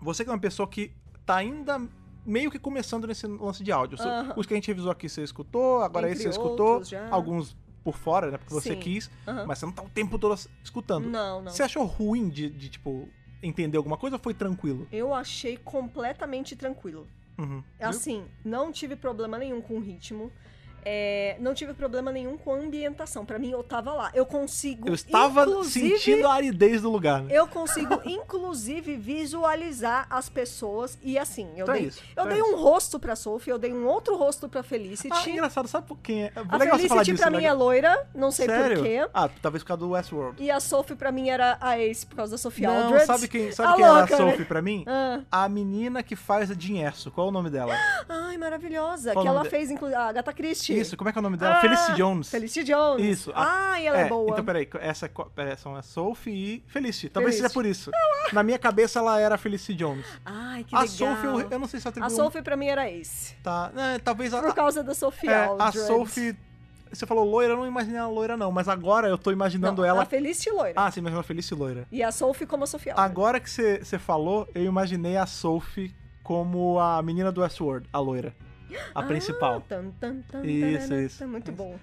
[SPEAKER 1] Você que é uma pessoa que tá ainda meio que começando nesse lance de áudio. Você-
[SPEAKER 2] Aham.
[SPEAKER 1] Os que a gente revisou aqui você escutou, agora
[SPEAKER 2] Entre
[SPEAKER 1] esse você escutou,
[SPEAKER 2] outros, já.
[SPEAKER 1] alguns por fora, né, porque você
[SPEAKER 2] Sim.
[SPEAKER 1] quis,
[SPEAKER 2] Aham.
[SPEAKER 1] mas você não tá o tempo todo escutando.
[SPEAKER 2] Não, não.
[SPEAKER 1] Você achou ruim de, de, tipo, entender alguma coisa ou foi tranquilo?
[SPEAKER 2] Eu achei completamente tranquilo.
[SPEAKER 1] Uhum.
[SPEAKER 2] Assim, não tive problema nenhum com o ritmo. é, não tive problema nenhum com a ambientação. Pra mim, eu tava lá. Eu consigo.
[SPEAKER 1] Eu estava
[SPEAKER 2] inclusive,
[SPEAKER 1] sentindo a aridez do lugar, né?
[SPEAKER 2] Eu consigo, inclusive, visualizar as pessoas. E assim, eu
[SPEAKER 1] Então é
[SPEAKER 2] dei,
[SPEAKER 1] isso,
[SPEAKER 2] eu
[SPEAKER 1] então é
[SPEAKER 2] dei um rosto pra Sophie, eu dei um outro rosto pra Felicity.
[SPEAKER 1] Ah, engraçado, sabe por quem é?
[SPEAKER 2] a
[SPEAKER 1] legal você falar
[SPEAKER 2] Felicity,
[SPEAKER 1] disso,
[SPEAKER 2] pra mim, é
[SPEAKER 1] legal.
[SPEAKER 2] loira, não sei
[SPEAKER 1] Sério?
[SPEAKER 2] porquê.
[SPEAKER 1] Ah, talvez por causa do Westworld.
[SPEAKER 2] E a Sophie, pra mim, era a Ace por causa da Sophie
[SPEAKER 1] Não,
[SPEAKER 2] Aldred.
[SPEAKER 1] sabe quem, sabe
[SPEAKER 2] A
[SPEAKER 1] quem era a
[SPEAKER 2] louca, né?
[SPEAKER 1] Sophie pra mim?
[SPEAKER 2] Ah.
[SPEAKER 1] A menina que faz a Jean Erso. Qual é o nome dela?
[SPEAKER 2] Ai, maravilhosa.
[SPEAKER 1] Qual
[SPEAKER 2] que
[SPEAKER 1] o nome de-
[SPEAKER 2] ela fez, inclusive, a Gata Christie.
[SPEAKER 1] Isso, como é que é o nome dela?
[SPEAKER 2] Ah,
[SPEAKER 1] Felicity Jones.
[SPEAKER 2] Felicity Jones.
[SPEAKER 1] Isso, a-
[SPEAKER 2] Ai, ela é, boa.
[SPEAKER 1] Então, peraí, essa é co- peraí, são a Sophie e Felicity. Talvez seja
[SPEAKER 2] Felicity.
[SPEAKER 1] por isso. Na minha cabeça, ela era a Felicity Jones.
[SPEAKER 2] Ai, que
[SPEAKER 1] a
[SPEAKER 2] legal.
[SPEAKER 1] Sophie, eu, eu não sei se eu
[SPEAKER 2] A
[SPEAKER 1] atribuo...
[SPEAKER 2] Sophie pra mim era Ace.
[SPEAKER 1] Tá, né, talvez a...
[SPEAKER 2] Por causa da Sophie
[SPEAKER 1] é, a
[SPEAKER 2] Aldred.
[SPEAKER 1] Sophie... Você falou loira, eu não imaginei ela loira, não. Mas agora eu tô imaginando
[SPEAKER 2] Não,
[SPEAKER 1] ela...
[SPEAKER 2] A Felicity loira.
[SPEAKER 1] Ah, você imaginou a Felicity loira.
[SPEAKER 2] E a Sophie como a Sophie Aldred.
[SPEAKER 1] Agora que você você falou, eu imaginei a Sophie como a menina do Westworld, a loira. A
[SPEAKER 2] Ah,
[SPEAKER 1] principal.
[SPEAKER 2] tan, tan, tan,
[SPEAKER 1] Isso,
[SPEAKER 2] tarará,
[SPEAKER 1] isso.
[SPEAKER 2] tan, Muito
[SPEAKER 1] Isso.
[SPEAKER 2] bom.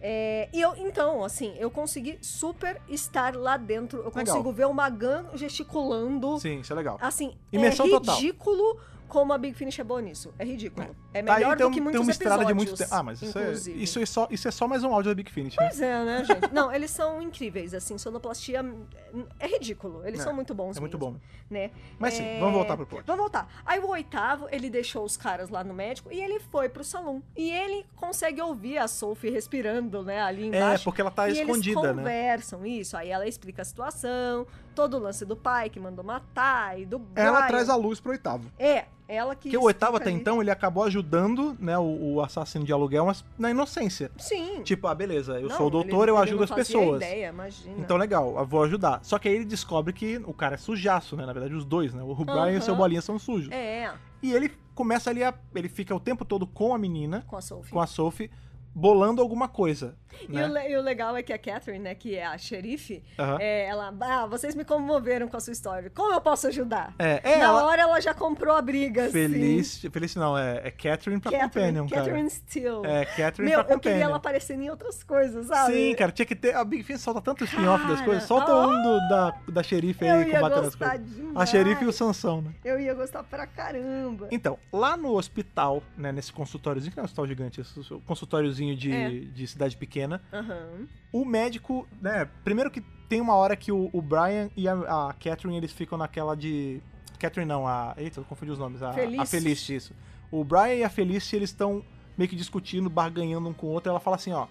[SPEAKER 2] É, e eu, então, assim, eu consegui super estar lá dentro. Eu
[SPEAKER 1] Legal.
[SPEAKER 2] consigo ver o Magan gesticulando.
[SPEAKER 1] Sim, isso é legal.
[SPEAKER 2] Assim,
[SPEAKER 1] Imersão
[SPEAKER 2] é
[SPEAKER 1] total.
[SPEAKER 2] ridículo como a Big Finish é boa nisso. É ridículo. É,
[SPEAKER 1] Tá,
[SPEAKER 2] melhor
[SPEAKER 1] tem,
[SPEAKER 2] do
[SPEAKER 1] um-
[SPEAKER 2] que muitos
[SPEAKER 1] tem uma estrada
[SPEAKER 2] episódios.
[SPEAKER 1] de muito tempo. Ah, mas isso é,
[SPEAKER 2] inclusive.
[SPEAKER 1] isso, é só, isso é só mais um áudio da Big Finish, né?
[SPEAKER 2] Pois é, né, gente? Não, eles são incríveis, assim, sonoplastia é é ridículo. Eles
[SPEAKER 1] É,
[SPEAKER 2] são muito bons
[SPEAKER 1] É muito
[SPEAKER 2] mesmo,
[SPEAKER 1] bom.
[SPEAKER 2] Né?
[SPEAKER 1] Mas sim, vamos voltar pro plot.
[SPEAKER 2] Vamos voltar. Aí o oitavo, ele deixou os caras lá no médico e ele foi pro salão. E ele consegue ouvir a Sophie respirando, né, ali
[SPEAKER 1] É,
[SPEAKER 2] embaixo.
[SPEAKER 1] porque ela tá
[SPEAKER 2] e
[SPEAKER 1] escondida,
[SPEAKER 2] eles
[SPEAKER 1] né?
[SPEAKER 2] conversam, isso. Aí ela explica a situação, todo o lance do pai que mandou matar e do
[SPEAKER 1] É, Ela
[SPEAKER 2] Brian.
[SPEAKER 1] traz a luz pro oitavo.
[SPEAKER 2] É, ela que
[SPEAKER 1] Porque o oitavo até
[SPEAKER 2] explica ali.
[SPEAKER 1] então, ele acabou ajudando, né, o, o assassino de aluguel, mas na inocência.
[SPEAKER 2] Sim.
[SPEAKER 1] Tipo, ah, beleza, eu
[SPEAKER 2] Não,
[SPEAKER 1] sou o
[SPEAKER 2] ele-
[SPEAKER 1] doutor, eu
[SPEAKER 2] ele
[SPEAKER 1] ajudo
[SPEAKER 2] não
[SPEAKER 1] as
[SPEAKER 2] fazia
[SPEAKER 1] pessoas.
[SPEAKER 2] Ideia, imagina.
[SPEAKER 1] Então, legal, eu vou ajudar. Só que aí ele descobre que o cara é sujaço, né? Na verdade, os dois, né? O Brian e o seu
[SPEAKER 2] Aham.
[SPEAKER 1] Bolinha são sujos.
[SPEAKER 2] É,
[SPEAKER 1] E ele começa ali a. Ele fica o tempo todo com a menina,
[SPEAKER 2] com a Sophie.
[SPEAKER 1] com a Sophie, bolando alguma coisa.
[SPEAKER 2] E, o,
[SPEAKER 1] Né?
[SPEAKER 2] le- e o legal é que a Catherine, né, que é a xerife,
[SPEAKER 1] Aham.
[SPEAKER 2] é, ela, ah, vocês me comoveram com a sua história. Como eu posso ajudar?
[SPEAKER 1] É, é
[SPEAKER 2] Na
[SPEAKER 1] ela.
[SPEAKER 2] hora ela já comprou a briga, assim.
[SPEAKER 1] Feliz. Feliz não, é, é Catherine pra
[SPEAKER 2] Catherine,
[SPEAKER 1] Companion,
[SPEAKER 2] Catherine Steele.
[SPEAKER 1] cara. É Catherine
[SPEAKER 2] Meu,
[SPEAKER 1] pra
[SPEAKER 2] eu queria
[SPEAKER 1] Companion.
[SPEAKER 2] ela aparecendo em outras coisas, sabe?
[SPEAKER 1] Sim, cara, tinha que ter. A Big Finish solta tanto spin-off das
[SPEAKER 2] Cara,
[SPEAKER 1] coisas. Solta
[SPEAKER 2] ah,
[SPEAKER 1] um do- da, da xerife
[SPEAKER 2] Eu
[SPEAKER 1] aí
[SPEAKER 2] ia
[SPEAKER 1] combatendo as
[SPEAKER 2] gostar
[SPEAKER 1] coisas.
[SPEAKER 2] demais.
[SPEAKER 1] A xerife e o Sansão, né?
[SPEAKER 2] Eu ia gostar pra caramba.
[SPEAKER 1] Então, lá no hospital, né, nesse consultóriozinho, que não é um hospital gigante, é um consultóriozinho de,
[SPEAKER 2] É.
[SPEAKER 1] de cidade pequena,
[SPEAKER 2] Aham.
[SPEAKER 1] o médico, né, primeiro que tem uma hora que o, o Brian e a, a Catherine, eles ficam naquela de... Catherine não, a... Eita, eu confundi os nomes. A
[SPEAKER 2] Felicity.
[SPEAKER 1] a Felicity, isso. O Brian e a Felicity, eles estão meio que discutindo, barganhando um com o outro, e ela fala assim, ó,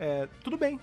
[SPEAKER 1] é, tudo bem,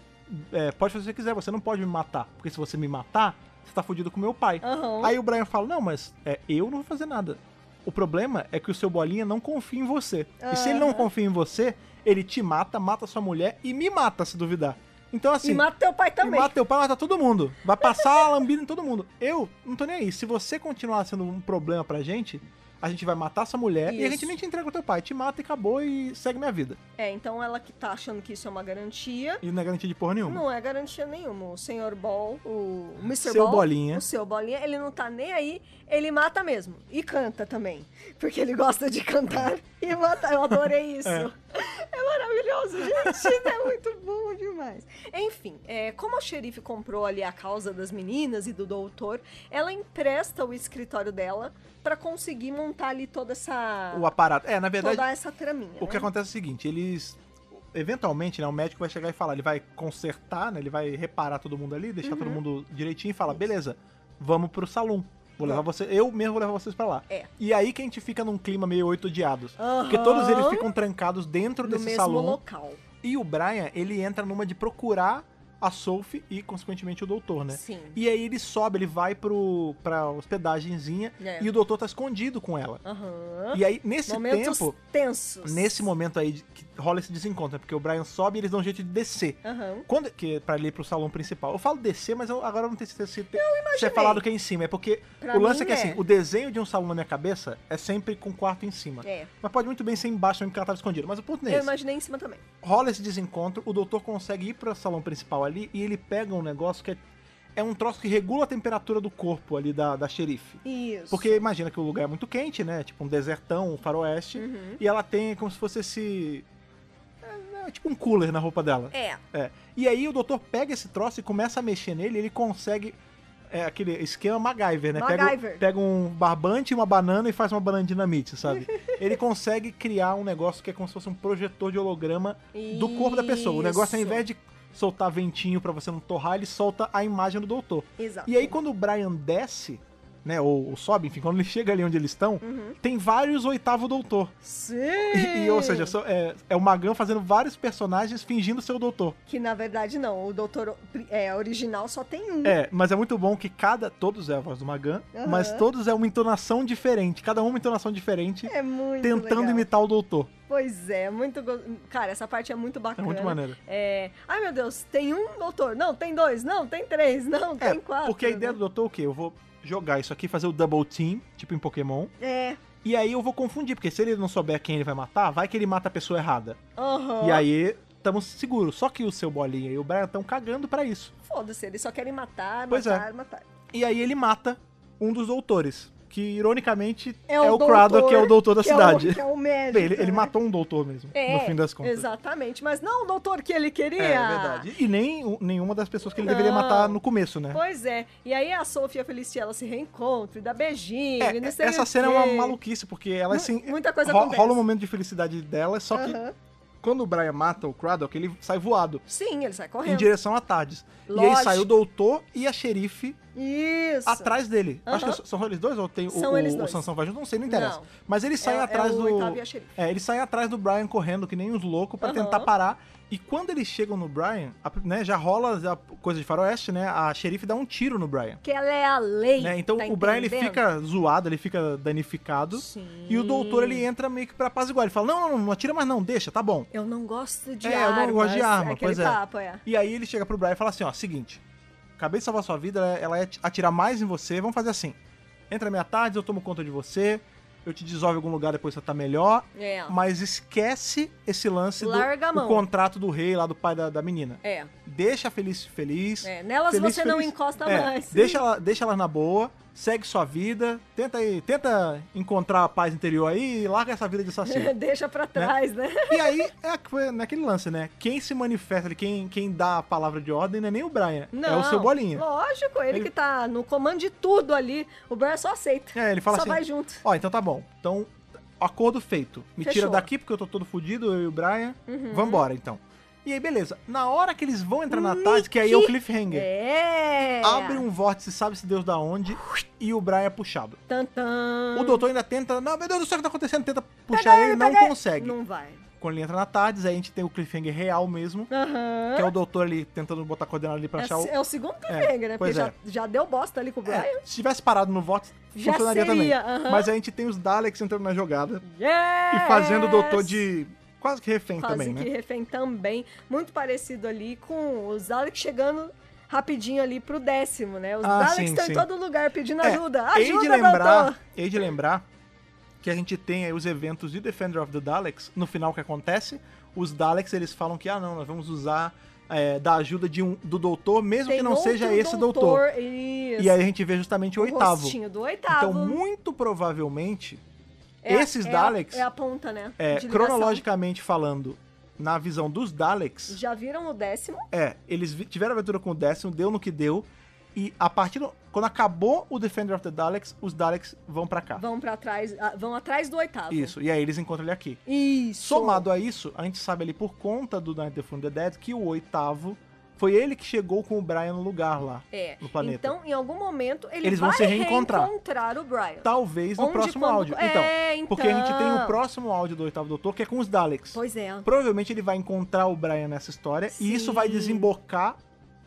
[SPEAKER 1] é, pode fazer o que você quiser, você não pode me matar, porque se você me matar, você tá fudido com meu pai.
[SPEAKER 2] Aham.
[SPEAKER 1] Aí o Brian fala: Não, mas é, eu não vou fazer nada. O problema é que o seu bolinha não confia em você. E se ele não
[SPEAKER 2] Aham.
[SPEAKER 1] confia em você, ele te mata, mata sua mulher e me mata se duvidar. Então, assim.
[SPEAKER 2] E mata teu pai
[SPEAKER 1] e
[SPEAKER 2] também.
[SPEAKER 1] mata teu pai, mata todo mundo. Vai passar a lambida em todo mundo. Eu não tô nem aí. Se você continuar sendo um problema pra gente, a gente vai matar sua mulher e a
[SPEAKER 2] Isso.
[SPEAKER 1] gente nem te entrega o teu pai. Te mata e acabou e segue minha vida.
[SPEAKER 2] É, então ela que tá achando que isso é uma garantia.
[SPEAKER 1] E não é garantia de porra nenhuma.
[SPEAKER 2] Não é garantia nenhuma. O senhor Ball, o Mr.
[SPEAKER 1] Seu
[SPEAKER 2] Ball,
[SPEAKER 1] Bolinha.
[SPEAKER 2] o seu Bolinha, ele não tá nem aí, ele mata mesmo. E canta também. Porque ele gosta de cantar e matar. Eu adorei isso. É, maravilhoso, gente. É muito bom demais. Enfim, é, como a xerife comprou ali a causa das meninas e do doutor, ela empresta o escritório dela pra conseguir montar ali toda essa.
[SPEAKER 1] O aparato. É, na verdade,
[SPEAKER 2] toda essa traminha.
[SPEAKER 1] O que
[SPEAKER 2] né?
[SPEAKER 1] acontece é o seguinte, eles. Eventualmente, né? O médico vai chegar e falar, ele vai consertar, né? Ele vai reparar todo mundo ali, deixar
[SPEAKER 2] Uhum.
[SPEAKER 1] todo mundo direitinho e fala, beleza, vamos pro salão. Vou levar você, eu mesmo vou levar vocês pra lá.
[SPEAKER 2] É.
[SPEAKER 1] E aí que a gente fica num clima meio oito odiados. Porque
[SPEAKER 2] Aham.
[SPEAKER 1] todos eles ficam trancados dentro
[SPEAKER 2] no
[SPEAKER 1] desse
[SPEAKER 2] mesmo
[SPEAKER 1] salão.
[SPEAKER 2] local.
[SPEAKER 1] E o Brian, ele entra numa de procurar a Sophie e, consequentemente, o doutor, né?
[SPEAKER 2] Sim.
[SPEAKER 1] E aí ele sobe, ele vai pro, pra hospedagenzinha
[SPEAKER 2] É.
[SPEAKER 1] e o doutor tá escondido com ela.
[SPEAKER 2] Aham.
[SPEAKER 1] E aí, nesse
[SPEAKER 2] Momentos
[SPEAKER 1] tempo,
[SPEAKER 2] tensos.
[SPEAKER 1] nesse momento aí de- que rola esse desencontro, né? porque o Brian sobe e eles dão um jeito de descer.
[SPEAKER 2] Aham.
[SPEAKER 1] Quando, que é pra ele ir pro salão principal. Eu falo descer, mas eu, agora eu não tenho certeza se, te, se é falado que é em cima. É porque
[SPEAKER 2] Pra
[SPEAKER 1] o lance
[SPEAKER 2] mim,
[SPEAKER 1] é que assim,
[SPEAKER 2] é.
[SPEAKER 1] o desenho de um salão na minha cabeça é sempre com quarto em cima.
[SPEAKER 2] É.
[SPEAKER 1] Mas pode muito bem ser embaixo também, porque ela tava escondida. Mas o ponto não é
[SPEAKER 2] Eu
[SPEAKER 1] esse.
[SPEAKER 2] imaginei em cima também.
[SPEAKER 1] Rola esse desencontro, o doutor consegue ir pro salão principal ali e ele pega um negócio que é, é um troço que regula a temperatura do corpo ali da, da xerife.
[SPEAKER 2] Isso.
[SPEAKER 1] Porque imagina que o lugar é muito quente, né? Tipo um desertão, um faroeste.
[SPEAKER 2] Uhum.
[SPEAKER 1] E ela tem como se fosse esse. é, é tipo um cooler na roupa dela.
[SPEAKER 2] É.
[SPEAKER 1] É. E aí o doutor pega esse troço e começa a mexer nele, e ele consegue. É aquele esquema MacGyver, né? Pega-
[SPEAKER 2] MacGyver.
[SPEAKER 1] Pega, um barbante, uma banana e faz uma banana dinamite, sabe? ele consegue criar um negócio que é como se fosse um projetor de holograma do corpo da pessoa. O negócio, é ao
[SPEAKER 2] Isso.
[SPEAKER 1] invés de soltar ventinho pra você não torrar, ele solta a imagem do doutor.
[SPEAKER 2] Exato.
[SPEAKER 1] E aí, quando o Brian desce, né, ou, ou sobe, enfim, quando ele chega ali onde eles estão,
[SPEAKER 2] Uhum.
[SPEAKER 1] tem vários oitavo doutor.
[SPEAKER 2] Sim!
[SPEAKER 1] E, e, ou seja, só- é, é o Magan fazendo vários personagens fingindo ser o doutor.
[SPEAKER 2] Que na verdade não, o doutor o- é, original só tem um.
[SPEAKER 1] É, mas é muito bom que cada. Todos é a voz do Magan,
[SPEAKER 2] Aham.
[SPEAKER 1] mas todos é uma entonação diferente. Cada um uma entonação diferente,
[SPEAKER 2] É muito
[SPEAKER 1] tentando
[SPEAKER 2] legal.
[SPEAKER 1] imitar o doutor.
[SPEAKER 2] Pois é, muito. go- Cara, essa parte é muito
[SPEAKER 1] É
[SPEAKER 2] bacana.
[SPEAKER 1] muito maneiro.
[SPEAKER 2] É, Ai meu Deus, tem um doutor. Não, tem dois. Não, tem três. Não,
[SPEAKER 1] É,
[SPEAKER 2] tem quatro.
[SPEAKER 1] porque a ideia do
[SPEAKER 2] né?
[SPEAKER 1] doutor é o quê? Eu vou jogar isso aqui, fazer o double team, tipo em Pokémon.
[SPEAKER 2] É.
[SPEAKER 1] E aí eu vou confundir, porque se ele não souber quem ele vai matar, vai que ele mata a pessoa errada.
[SPEAKER 2] Aham.
[SPEAKER 1] E aí, estamos seguros. Só que o seu Bolinha e o Brian estão cagando pra isso.
[SPEAKER 2] Foda-se, eles só querem matar,
[SPEAKER 1] Pois é.
[SPEAKER 2] matar, matar.
[SPEAKER 1] E aí ele mata um dos doutores, que ironicamente é, o,
[SPEAKER 2] doutor,
[SPEAKER 1] Crowder, que é o doutor da
[SPEAKER 2] que é o-
[SPEAKER 1] cidade.
[SPEAKER 2] que é o médico.
[SPEAKER 1] Bem, ele, ele
[SPEAKER 2] né?
[SPEAKER 1] matou um doutor mesmo,
[SPEAKER 2] É,
[SPEAKER 1] no fim das contas.
[SPEAKER 2] Exatamente, mas não o doutor que ele queria.
[SPEAKER 1] É, é verdade. E nem o- nenhuma das pessoas que ele deveria
[SPEAKER 2] Não.
[SPEAKER 1] matar no começo, né?
[SPEAKER 2] Pois é. E aí a Sofia Feliciela se reencontra e dá beijinho.
[SPEAKER 1] É,
[SPEAKER 2] e não sei
[SPEAKER 1] essa
[SPEAKER 2] o
[SPEAKER 1] cena é uma
[SPEAKER 2] quê.
[SPEAKER 1] maluquice, porque ela
[SPEAKER 2] Mu-
[SPEAKER 1] assim.
[SPEAKER 2] muita coisa
[SPEAKER 1] ro-
[SPEAKER 2] acontece.
[SPEAKER 1] rola um momento de felicidade dela, só que
[SPEAKER 2] Aham.
[SPEAKER 1] quando o Brian mata o Craddock, ele sai voado
[SPEAKER 2] Sim, ele sai
[SPEAKER 1] em
[SPEAKER 2] correndo.
[SPEAKER 1] direção a Tardes. E aí
[SPEAKER 2] Lógico.
[SPEAKER 1] sai o doutor e a xerife
[SPEAKER 2] Isso.
[SPEAKER 1] atrás dele.
[SPEAKER 2] Aham.
[SPEAKER 1] Acho que são eles dois ou tem o-
[SPEAKER 2] São
[SPEAKER 1] o,
[SPEAKER 2] eles
[SPEAKER 1] o
[SPEAKER 2] dois.
[SPEAKER 1] Sansão vai junto? Não sei, não interessa.
[SPEAKER 2] Não.
[SPEAKER 1] Mas eles saem
[SPEAKER 2] É- é
[SPEAKER 1] atrás
[SPEAKER 2] o
[SPEAKER 1] do.
[SPEAKER 2] oitavo e a xerife.
[SPEAKER 1] é, eles saem atrás do Brian correndo, que nem uns loucos, pra
[SPEAKER 2] Aham.
[SPEAKER 1] tentar parar. E quando eles chegam no Brian, a- né, já rola a coisa de faroeste, né? A xerife dá um tiro no Brian.
[SPEAKER 2] Que ela é a lei.
[SPEAKER 1] né? Então
[SPEAKER 2] tá
[SPEAKER 1] o Brian ele
[SPEAKER 2] entendendo?
[SPEAKER 1] fica zoado, ele fica danificado.
[SPEAKER 2] Sim.
[SPEAKER 1] E o doutor ele entra meio que pra apaziguar. Ele fala: não, não, não, não atira mais não, deixa, tá bom.
[SPEAKER 2] Eu não gosto de
[SPEAKER 1] É, eu
[SPEAKER 2] armas.
[SPEAKER 1] não gosto de arma,
[SPEAKER 2] Aquele
[SPEAKER 1] pois é.
[SPEAKER 2] papo, é.
[SPEAKER 1] E aí ele chega pro Brian e fala assim: ó, seguinte, acabei de salvar sua vida, ela- é, ela ia atirar mais em você, vamos fazer assim: entra meia tarde, eu tomo conta de você, eu te dissolvo em algum lugar depois você tá melhor.
[SPEAKER 2] É.
[SPEAKER 1] Mas esquece esse lance
[SPEAKER 2] Larga a
[SPEAKER 1] do
[SPEAKER 2] mão.
[SPEAKER 1] o contrato do rei lá do pai da, da menina.
[SPEAKER 2] É.
[SPEAKER 1] Deixa a Feliz feliz.
[SPEAKER 2] É, nelas
[SPEAKER 1] Feliz,
[SPEAKER 2] você não
[SPEAKER 1] feliz.
[SPEAKER 2] encosta
[SPEAKER 1] É,
[SPEAKER 2] mais.
[SPEAKER 1] Deixa ela, deixa ela na boa, segue sua vida, tenta aí, tenta encontrar a paz interior aí e larga essa vida de saci.
[SPEAKER 2] Deixa pra trás, né?
[SPEAKER 1] e aí é aqu- naquele lance, né? Quem se manifesta, ali, quem, quem dá a palavra de ordem não é nem o Brian,
[SPEAKER 2] Não.
[SPEAKER 1] é o seu bolinha.
[SPEAKER 2] Lógico, ele,
[SPEAKER 1] Ele-
[SPEAKER 2] que tá no comando de tudo ali. O Brian só aceita.
[SPEAKER 1] É, ele fala
[SPEAKER 2] só
[SPEAKER 1] assim,
[SPEAKER 2] vai junto.
[SPEAKER 1] Ó, então tá bom. Então, acordo feito. Me
[SPEAKER 2] Fechou. Uhum.
[SPEAKER 1] tira daqui porque eu tô todo fudido, eu e o Brian. Vambora, então. E aí, beleza. Na hora que eles vão entrar na tarde, que aí é o cliffhanger.
[SPEAKER 2] É.
[SPEAKER 1] Abre um vórtice, sabe se Deus da onde, e o Brian é puxado.
[SPEAKER 2] Tantã.
[SPEAKER 1] O doutor ainda tenta. Não, meu Deus do céu, o que tá acontecendo? Tenta puxar ele, não consegue.
[SPEAKER 2] tá Não vai.
[SPEAKER 1] Quando ele entra na tardes, aí a gente tem o cliffhanger real mesmo.
[SPEAKER 2] Aham.
[SPEAKER 1] Que é o doutor ali tentando botar coordenada ali pra achar o.
[SPEAKER 2] É, é o segundo cliffhanger, né? Porque
[SPEAKER 1] pois
[SPEAKER 2] já,
[SPEAKER 1] é.
[SPEAKER 2] já deu bosta ali com o Brian.
[SPEAKER 1] É, se tivesse parado no vórtice,
[SPEAKER 2] Já
[SPEAKER 1] funcionaria
[SPEAKER 2] seria,
[SPEAKER 1] também.
[SPEAKER 2] aham.
[SPEAKER 1] Mas aí a gente tem os Daleks entrando na jogada.
[SPEAKER 2] Yes!
[SPEAKER 1] E fazendo o doutor de. Quase que refém
[SPEAKER 2] Quase
[SPEAKER 1] também,
[SPEAKER 2] que
[SPEAKER 1] né?
[SPEAKER 2] refém também. Muito parecido ali com os Daleks chegando rapidinho ali pro décimo, né? Os
[SPEAKER 1] Ah,
[SPEAKER 2] Daleks
[SPEAKER 1] sim,
[SPEAKER 2] estão
[SPEAKER 1] sim.
[SPEAKER 2] em todo lugar pedindo
[SPEAKER 1] É,
[SPEAKER 2] ajuda.
[SPEAKER 1] hei
[SPEAKER 2] Ajuda,
[SPEAKER 1] de lembrar,
[SPEAKER 2] doutor!
[SPEAKER 1] hei de lembrar que a gente tem aí os eventos de Defender of the Daleks. No final, o que acontece? Os Daleks, eles falam que, ah, não, nós vamos usar é, da ajuda de um, do doutor, mesmo
[SPEAKER 2] Tem
[SPEAKER 1] que não
[SPEAKER 2] outro
[SPEAKER 1] seja esse doutor.
[SPEAKER 2] Isso.
[SPEAKER 1] E aí a gente vê justamente o, oitavo.
[SPEAKER 2] rostinho do oitavo.
[SPEAKER 1] Então, muito provavelmente,
[SPEAKER 2] É a-
[SPEAKER 1] esses
[SPEAKER 2] é a-
[SPEAKER 1] Daleks,
[SPEAKER 2] É a, ponta, né?
[SPEAKER 1] é,
[SPEAKER 2] de ligação.
[SPEAKER 1] cronologicamente falando, na visão dos Daleks,
[SPEAKER 2] Já viram o décimo?
[SPEAKER 1] É, eles vi- tiveram aventura com o décimo, deu no que deu. E a partir do. Quando acabou o Defender of the Daleks, os Daleks vão pra cá.
[SPEAKER 2] Vão para trás. ah, Vão atrás do oitavo.
[SPEAKER 1] Isso, e aí eles encontram ele aqui.
[SPEAKER 2] Isso.
[SPEAKER 1] Somado a isso, a gente sabe ali por conta do Night of the Fun the Dead que o oitavo foi ele que chegou com o Brian no lugar lá.
[SPEAKER 2] É.
[SPEAKER 1] no planeta.
[SPEAKER 2] Então, em algum momento, ele
[SPEAKER 1] Eles
[SPEAKER 2] vai
[SPEAKER 1] vão se reencontrar.
[SPEAKER 2] reencontrar o Brian.
[SPEAKER 1] Talvez no
[SPEAKER 2] Onde,
[SPEAKER 1] próximo
[SPEAKER 2] quando-
[SPEAKER 1] áudio.
[SPEAKER 2] É,
[SPEAKER 1] Então,
[SPEAKER 2] então.
[SPEAKER 1] Porque a gente tem o próximo áudio do oitavo doutor, que é com os Daleks.
[SPEAKER 2] Pois é.
[SPEAKER 1] Provavelmente ele vai encontrar o Brian nessa história e isso vai
[SPEAKER 2] Sim.
[SPEAKER 1] desembocar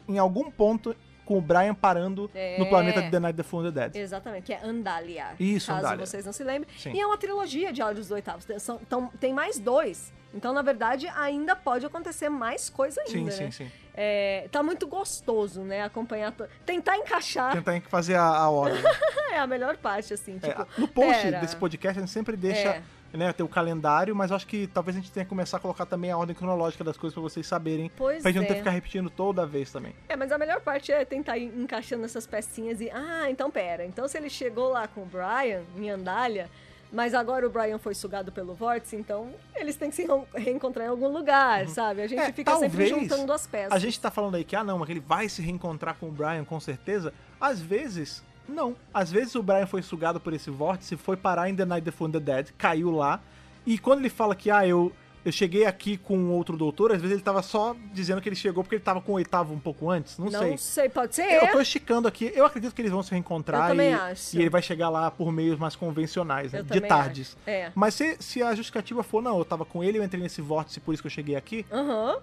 [SPEAKER 1] em algum ponto com o Brian parando
[SPEAKER 2] É.
[SPEAKER 1] no planeta de The Night Before the Dead.
[SPEAKER 2] Exatamente, que é Andalia.
[SPEAKER 1] Isso,
[SPEAKER 2] caso
[SPEAKER 1] Andalia.
[SPEAKER 2] vocês não se lembrem.
[SPEAKER 1] Sim.
[SPEAKER 2] E é uma trilogia de áudios do oitavos. Tem, são- tão- tem mais dois. Então, na verdade, ainda pode acontecer mais coisa ainda.
[SPEAKER 1] Sim,
[SPEAKER 2] né?
[SPEAKER 1] sim, sim.
[SPEAKER 2] É, tá muito gostoso, né? Acompanhar. to- Tentar encaixar
[SPEAKER 1] Tentar fazer a, a ordem.
[SPEAKER 2] é a melhor parte, assim.
[SPEAKER 1] É,
[SPEAKER 2] Tipo, é,
[SPEAKER 1] no post
[SPEAKER 2] pera.
[SPEAKER 1] desse podcast, a gente sempre deixa né, ter o calendário, mas eu acho que talvez a gente tenha que começar a colocar também a ordem cronológica das coisas pra vocês saberem.
[SPEAKER 2] Pois
[SPEAKER 1] pra gente não ter
[SPEAKER 2] é.
[SPEAKER 1] que ficar repetindo toda vez também.
[SPEAKER 2] É, mas a melhor parte é tentar ir encaixando essas pecinhas e. Ah, então pera. Então se ele chegou lá com o Brian, em Andália, mas agora o Brian foi sugado pelo vórtice, então eles têm que se reen- reencontrar em algum lugar, sabe? A gente
[SPEAKER 1] É,
[SPEAKER 2] fica sempre
[SPEAKER 1] talvez
[SPEAKER 2] juntando as peças.
[SPEAKER 1] A gente tá falando aí que, ah, não, mas ele vai se reencontrar com o Brian com certeza. Às vezes, não. Às vezes o Brian foi sugado por esse vórtice, foi parar em The Night Before the Dead, caiu lá. E quando ele fala que, ah, eu, eu cheguei aqui com um outro doutor, às vezes ele tava só dizendo que ele chegou porque ele tava com o oitavo um pouco antes. Não,
[SPEAKER 2] Não
[SPEAKER 1] sei.
[SPEAKER 2] sei, pode ser.
[SPEAKER 1] Eu tô esticando aqui. Eu acredito que eles vão se reencontrar.
[SPEAKER 2] Eu também
[SPEAKER 1] e,
[SPEAKER 2] acho.
[SPEAKER 1] e ele vai chegar lá por meios mais convencionais, né?
[SPEAKER 2] Eu
[SPEAKER 1] de
[SPEAKER 2] também
[SPEAKER 1] tardes.
[SPEAKER 2] acho. É.
[SPEAKER 1] Mas se, se a justificativa for, não, eu tava com ele, eu entrei nesse vórtice, por isso que eu cheguei aqui,
[SPEAKER 2] Aham.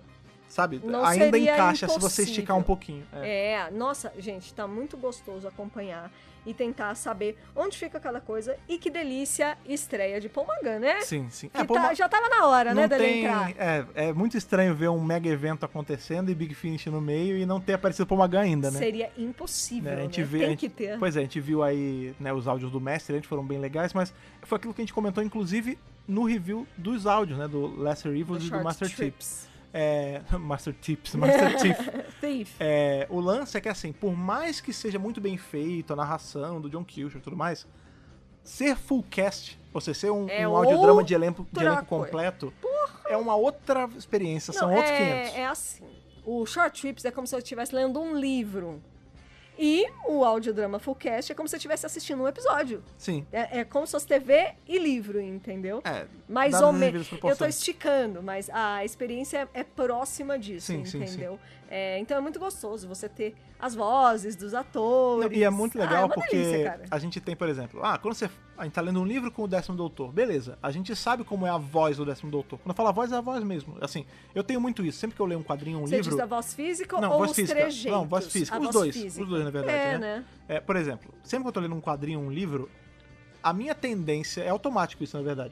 [SPEAKER 1] sabe?
[SPEAKER 2] Não
[SPEAKER 1] Ainda
[SPEAKER 2] seria
[SPEAKER 1] encaixa se você
[SPEAKER 2] impossível.
[SPEAKER 1] esticar um pouquinho. É.
[SPEAKER 2] É, nossa, gente, tá muito gostoso acompanhar e tentar saber onde fica cada coisa e que delícia estreia de Paul Magan, né?
[SPEAKER 1] Sim, sim.
[SPEAKER 2] Que
[SPEAKER 1] pô,
[SPEAKER 2] tá-
[SPEAKER 1] mas
[SPEAKER 2] já tava na hora, né,
[SPEAKER 1] não
[SPEAKER 2] dele
[SPEAKER 1] tem,
[SPEAKER 2] entrar.
[SPEAKER 1] é, é muito estranho ver um mega evento acontecendo e Big Finish no meio e não ter aparecido Paul Magan ainda, né?
[SPEAKER 2] Seria impossível,
[SPEAKER 1] Né,
[SPEAKER 2] né?
[SPEAKER 1] a gente vê- a
[SPEAKER 2] Tem
[SPEAKER 1] gente-
[SPEAKER 2] que ter.
[SPEAKER 1] Pois é, a gente viu aí né, os áudios do mestre, eles foram bem legais, mas foi aquilo que a gente comentou, inclusive, no review dos áudios, né? Do Lesser Evils e do
[SPEAKER 2] Short
[SPEAKER 1] Master Chief.
[SPEAKER 2] trips.
[SPEAKER 1] É, Master Tips, Master Chief.
[SPEAKER 2] Thief.
[SPEAKER 1] É, o lance é que, assim, por mais que seja muito bem feito a narração do John Kilcher e tudo mais, ser full cast, ou seja, ser um,
[SPEAKER 2] É
[SPEAKER 1] um audiodrama de
[SPEAKER 2] outra
[SPEAKER 1] elenco, de elenco
[SPEAKER 2] coisa.
[SPEAKER 1] completo, é uma outra experiência, são
[SPEAKER 2] Não,
[SPEAKER 1] outros
[SPEAKER 2] é,
[SPEAKER 1] 500.
[SPEAKER 2] é assim. O Short Trips é como se eu estivesse lendo um livro. E o audiodrama Fullcast é como se eu estivesse assistindo um episódio.
[SPEAKER 1] Sim.
[SPEAKER 2] É, é como se fosse TV e livro, entendeu?
[SPEAKER 1] É,
[SPEAKER 2] Mais
[SPEAKER 1] dadas
[SPEAKER 2] ou
[SPEAKER 1] as
[SPEAKER 2] menos.
[SPEAKER 1] devidas
[SPEAKER 2] Eu tô
[SPEAKER 1] proporções.
[SPEAKER 2] esticando, mas a experiência é é próxima disso,
[SPEAKER 1] Sim, sim,
[SPEAKER 2] entendeu? É, então é muito gostoso você ter as vozes dos atores.
[SPEAKER 1] Não, E é muito
[SPEAKER 2] Ah,
[SPEAKER 1] legal
[SPEAKER 2] uma
[SPEAKER 1] porque
[SPEAKER 2] delícia, cara.
[SPEAKER 1] a gente tem, por exemplo, ah, quando você. A gente tá lendo um livro com o décimo doutor, beleza. A gente sabe como é a voz do décimo doutor. Quando eu falo a voz, é a voz mesmo. Assim, eu tenho muito isso. Sempre que eu leio um quadrinho, um
[SPEAKER 2] Você
[SPEAKER 1] livro.
[SPEAKER 2] diz a voz física
[SPEAKER 1] Não,
[SPEAKER 2] ou
[SPEAKER 1] voz
[SPEAKER 2] os
[SPEAKER 1] física.
[SPEAKER 2] trejeitos?
[SPEAKER 1] Não, voz física.
[SPEAKER 2] A
[SPEAKER 1] Os
[SPEAKER 2] voz
[SPEAKER 1] dois.
[SPEAKER 2] física.
[SPEAKER 1] Os dois, na verdade,
[SPEAKER 2] é,
[SPEAKER 1] né? É, por exemplo, sempre que eu tô lendo um quadrinho, um livro, a minha tendência é automático isso, na verdade.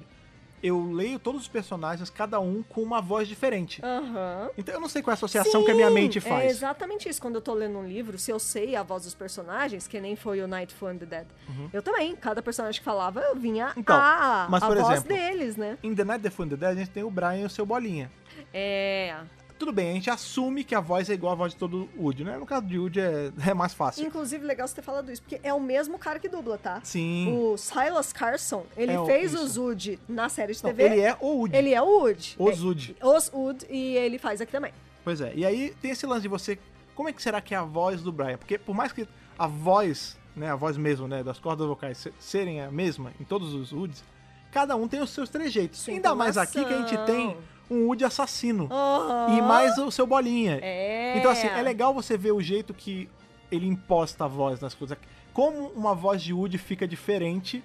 [SPEAKER 1] Eu leio todos os personagens, cada um com uma voz diferente.
[SPEAKER 2] Aham.
[SPEAKER 1] Então eu não sei qual é a associação que a minha mente
[SPEAKER 2] Sim,
[SPEAKER 1] faz.
[SPEAKER 2] É exatamente isso. Quando eu tô lendo um livro, se eu sei a voz dos personagens, que nem foi o Night for the Dead, eu também. Cada personagem que falava, eu vinha
[SPEAKER 1] Uhum. Então,
[SPEAKER 2] a,
[SPEAKER 1] mas,
[SPEAKER 2] a
[SPEAKER 1] por
[SPEAKER 2] voz
[SPEAKER 1] exemplo,
[SPEAKER 2] deles, né?
[SPEAKER 1] Em The Night Before the Dead, a gente tem o Brian e o seu Bolinha.
[SPEAKER 2] É.
[SPEAKER 1] Tudo bem, a gente assume que a voz é igual a voz de todo Woody, né? No caso de Woody é, é mais fácil.
[SPEAKER 2] Inclusive, legal você ter falado isso, porque é o mesmo cara que dubla, tá?
[SPEAKER 1] Sim.
[SPEAKER 2] O Silas Carson, ele
[SPEAKER 1] É o-
[SPEAKER 2] fez
[SPEAKER 1] isso.
[SPEAKER 2] o Zud na série de
[SPEAKER 1] Não,
[SPEAKER 2] TV.
[SPEAKER 1] ele é o Woody.
[SPEAKER 2] Ele é o Wood.
[SPEAKER 1] O Zud.
[SPEAKER 2] É, Os Wood, e ele faz aqui também.
[SPEAKER 1] Pois é, e aí tem esse lance de você. Como é que será que é a voz do Brian? Porque por mais que a voz, né, a voz mesmo, né, das cordas vocais se- serem a mesma em todos os Woods, cada um tem os seus trejeitos.
[SPEAKER 2] Sua
[SPEAKER 1] Ainda mais aqui que a gente tem
[SPEAKER 2] entonação.
[SPEAKER 1] um Wood assassino.
[SPEAKER 2] Aham.
[SPEAKER 1] E mais o seu bolinha.
[SPEAKER 2] É.
[SPEAKER 1] Então, assim, é legal você ver o jeito que ele imposta a voz nas coisas. Como uma voz de Woody fica diferente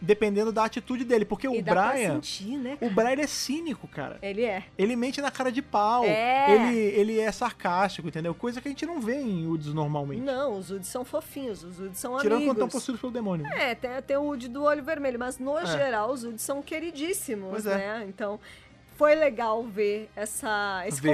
[SPEAKER 1] dependendo da atitude dele. Porque
[SPEAKER 2] E
[SPEAKER 1] o
[SPEAKER 2] dá pra
[SPEAKER 1] Brian.
[SPEAKER 2] sentir, né?
[SPEAKER 1] O Brian ele é cínico, cara.
[SPEAKER 2] Ele é.
[SPEAKER 1] Ele mente na cara de pau.
[SPEAKER 2] É.
[SPEAKER 1] Ele, ele é sarcástico, entendeu? Coisa que a gente não vê em Uds normalmente.
[SPEAKER 2] Não, os Woods são fofinhos, os Woods são
[SPEAKER 1] Tirando
[SPEAKER 2] Hum, amigos.
[SPEAKER 1] quando estão possuídos pelo demônio.
[SPEAKER 2] É, tem, tem o Woody do olho vermelho, mas no
[SPEAKER 1] É.
[SPEAKER 2] geral os Woods são queridíssimos,
[SPEAKER 1] Pois é.
[SPEAKER 2] né? Então foi legal ver essa, esse
[SPEAKER 1] Ver.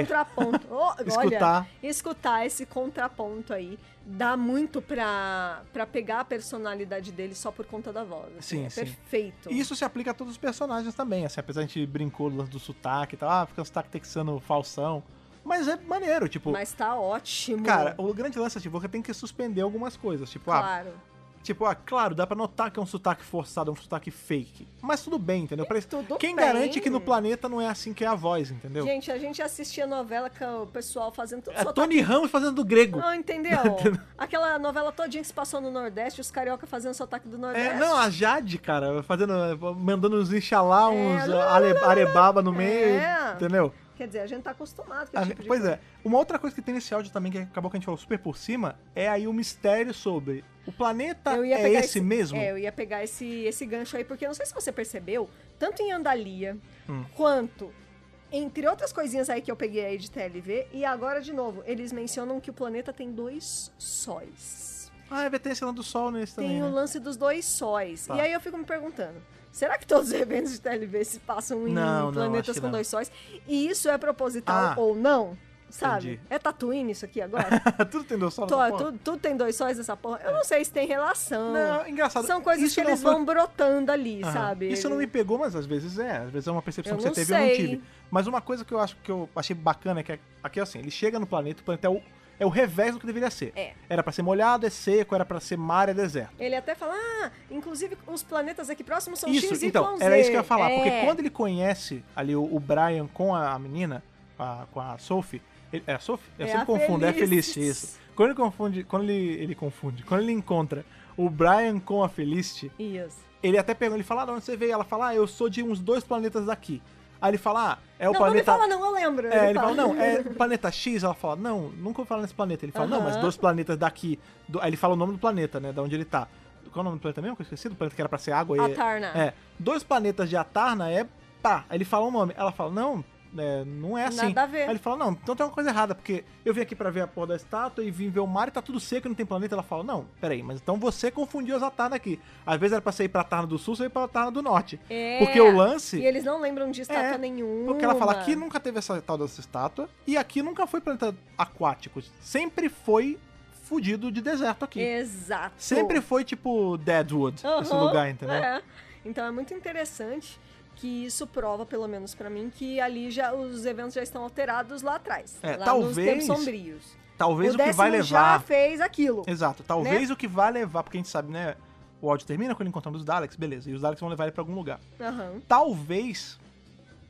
[SPEAKER 2] contraponto. Oh, Olha,
[SPEAKER 1] Escutar.
[SPEAKER 2] escutar esse contraponto aí. Dá muito pra, pra pegar a personalidade dele só por conta da voz. assim,
[SPEAKER 1] Sim,
[SPEAKER 2] é
[SPEAKER 1] sim.
[SPEAKER 2] perfeito.
[SPEAKER 1] E isso se aplica a todos os personagens também. Assim, apesar de a gente brincou do lance do sotaque e tal, ah, fica o sotaque texano falsão. Mas é maneiro, tipo.
[SPEAKER 2] Mas tá ótimo.
[SPEAKER 1] Cara, o grande lance é tipo, você tem que suspender algumas coisas. Tipo, ah,
[SPEAKER 2] claro.
[SPEAKER 1] tipo, ah, claro, dá pra notar que é um sotaque forçado, é um sotaque fake. Mas tudo bem, entendeu? Pra isso-
[SPEAKER 2] Tudo
[SPEAKER 1] Quem
[SPEAKER 2] bem.
[SPEAKER 1] garante que no planeta não é assim que é a voz, entendeu?
[SPEAKER 2] Gente, a gente assistia novela com o pessoal fazendo tudo
[SPEAKER 1] é
[SPEAKER 2] sotaque.
[SPEAKER 1] Tony Ramos fazendo do grego.
[SPEAKER 2] Não, entendeu? Aquela novela todinha que se passou no Nordeste, os carioca fazendo sotaque do Nordeste.
[SPEAKER 1] É, não, a Jade, cara, fazendo, mandando uns inxalá,
[SPEAKER 2] É,
[SPEAKER 1] uns
[SPEAKER 2] lá,
[SPEAKER 1] ale- arebaba no meio,
[SPEAKER 2] É.
[SPEAKER 1] entendeu?
[SPEAKER 2] Quer dizer, a gente tá acostumado com
[SPEAKER 1] A
[SPEAKER 2] esse
[SPEAKER 1] gente-
[SPEAKER 2] tipo de
[SPEAKER 1] pois
[SPEAKER 2] coisa.
[SPEAKER 1] é. Uma outra coisa que tem nesse áudio também, que acabou que a gente falou super por cima, é aí o mistério sobre o planeta
[SPEAKER 2] Eu ia
[SPEAKER 1] é
[SPEAKER 2] pegar
[SPEAKER 1] esse, mesmo?
[SPEAKER 2] É, eu ia pegar
[SPEAKER 1] Hum.
[SPEAKER 2] esse, esse gancho aí, porque eu não sei se você percebeu, tanto em Andalia quanto Entre outras coisinhas aí que eu peguei aí de TLV. E agora, de novo, eles mencionam que o planeta tem dois sóis.
[SPEAKER 1] Ah, é, tem esse lance do sol nesse
[SPEAKER 2] Tem
[SPEAKER 1] também.
[SPEAKER 2] o
[SPEAKER 1] né?
[SPEAKER 2] lance dos dois sóis.
[SPEAKER 1] Tá.
[SPEAKER 2] E aí eu fico me perguntando. Será que todos os eventos de TLV se passam em
[SPEAKER 1] Não, não, acho
[SPEAKER 2] planetas
[SPEAKER 1] que
[SPEAKER 2] com
[SPEAKER 1] não.
[SPEAKER 2] dois sóis? E isso é proposital
[SPEAKER 1] Ah.
[SPEAKER 2] ou não? Sabe?
[SPEAKER 1] Entendi.
[SPEAKER 2] É Tatooine isso aqui agora?
[SPEAKER 1] Tudo tem dois sol
[SPEAKER 2] Tô-
[SPEAKER 1] nessa porra?
[SPEAKER 2] tudo, tudo tem dois sóis essa porra. Eu não sei se tem relação.
[SPEAKER 1] Não, engraçado.
[SPEAKER 2] São coisas
[SPEAKER 1] Isso
[SPEAKER 2] que
[SPEAKER 1] não
[SPEAKER 2] eles
[SPEAKER 1] foi-
[SPEAKER 2] vão brotando ali,
[SPEAKER 1] Aham.
[SPEAKER 2] sabe?
[SPEAKER 1] Ah, Isso não me pegou, mas às vezes é. Às vezes é uma percepção
[SPEAKER 2] Eu
[SPEAKER 1] que você
[SPEAKER 2] não
[SPEAKER 1] teve
[SPEAKER 2] sei.
[SPEAKER 1] eu não tive. Mas uma coisa que eu acho que eu achei bacana é que aqui assim, ele chega no planeta, o planeta é o, é o revés do que deveria ser.
[SPEAKER 2] É.
[SPEAKER 1] Era pra ser molhado, é seco, era pra ser mar, é deserto.
[SPEAKER 2] Ele até fala, ah, inclusive os planetas aqui próximos são
[SPEAKER 1] isso,
[SPEAKER 2] X, Y,
[SPEAKER 1] então,
[SPEAKER 2] Z.
[SPEAKER 1] era isso que eu ia falar.
[SPEAKER 2] É.
[SPEAKER 1] Porque quando ele conhece ali o, o Brian com a, a menina, a- com a Sophie. ele- é a Sophie? Eu
[SPEAKER 2] É
[SPEAKER 1] sempre
[SPEAKER 2] a
[SPEAKER 1] confundo, é a
[SPEAKER 2] Felices.
[SPEAKER 1] Felicity, isso. Quando ele confunde. Quando ele, ele confunde, quando ele encontra o Brian com a Felicity,
[SPEAKER 2] Isso.
[SPEAKER 1] Ele até pergunta, ele fala, ah, de onde você veio? Ela fala, ah, eu sou de uns dois planetas daqui. Aí ele fala, ah, é o
[SPEAKER 2] não,
[SPEAKER 1] planeta...
[SPEAKER 2] não me fala não, eu lembro.
[SPEAKER 1] É, ele fala, não, é o planeta X? Ela fala, não, nunca ouvi falar nesse planeta. Ele fala, não, mas
[SPEAKER 2] Aham.
[SPEAKER 1] dois planetas daqui. Do- Aí ele fala o nome do planeta, né, da onde ele tá. Qual é o nome do planeta mesmo? Que eu esqueci do planeta que era pra ser água. e-
[SPEAKER 2] Atarna.
[SPEAKER 1] É, dois planetas de Atarna é pá. Aí ele fala o nome. Ela fala, não, é, não é assim.
[SPEAKER 2] Nada a ver.
[SPEAKER 1] Aí ele fala, não, então tem uma coisa errada, porque eu vim aqui pra ver a porra da estátua e vim ver o mar e tá tudo seco e não tem planeta. Ela fala, não, peraí, mas então você confundiu as Atarna aqui. Às vezes era pra você ir pra Atarna do Sul, você ia pra Atarna do Norte.
[SPEAKER 2] É.
[SPEAKER 1] Porque o
[SPEAKER 2] E
[SPEAKER 1] lance...
[SPEAKER 2] eles não lembram de estátua
[SPEAKER 1] É,
[SPEAKER 2] nenhuma.
[SPEAKER 1] Porque ela fala, aqui nunca teve essa tal dessa estátua, e aqui nunca foi planeta aquático. Sempre foi fudido de deserto aqui.
[SPEAKER 2] Exato.
[SPEAKER 1] Sempre foi, tipo, Deadwood, esse
[SPEAKER 2] Aham,
[SPEAKER 1] lugar, entendeu?
[SPEAKER 2] é. Então é muito interessante que isso prova, pelo menos pra mim, que ali já os eventos já estão alterados lá atrás.
[SPEAKER 1] É,
[SPEAKER 2] lá nos
[SPEAKER 1] talvez-
[SPEAKER 2] tempos sombrios.
[SPEAKER 1] Talvez o, que
[SPEAKER 2] décimo
[SPEAKER 1] vai levar...
[SPEAKER 2] já né? fez aquilo.
[SPEAKER 1] Exato. Talvez o que vai levar, porque a gente sabe, né? O áudio termina quando encontramos os Daleks, beleza. E os Daleks vão levar ele pra algum lugar.
[SPEAKER 2] Aham.
[SPEAKER 1] Talvez,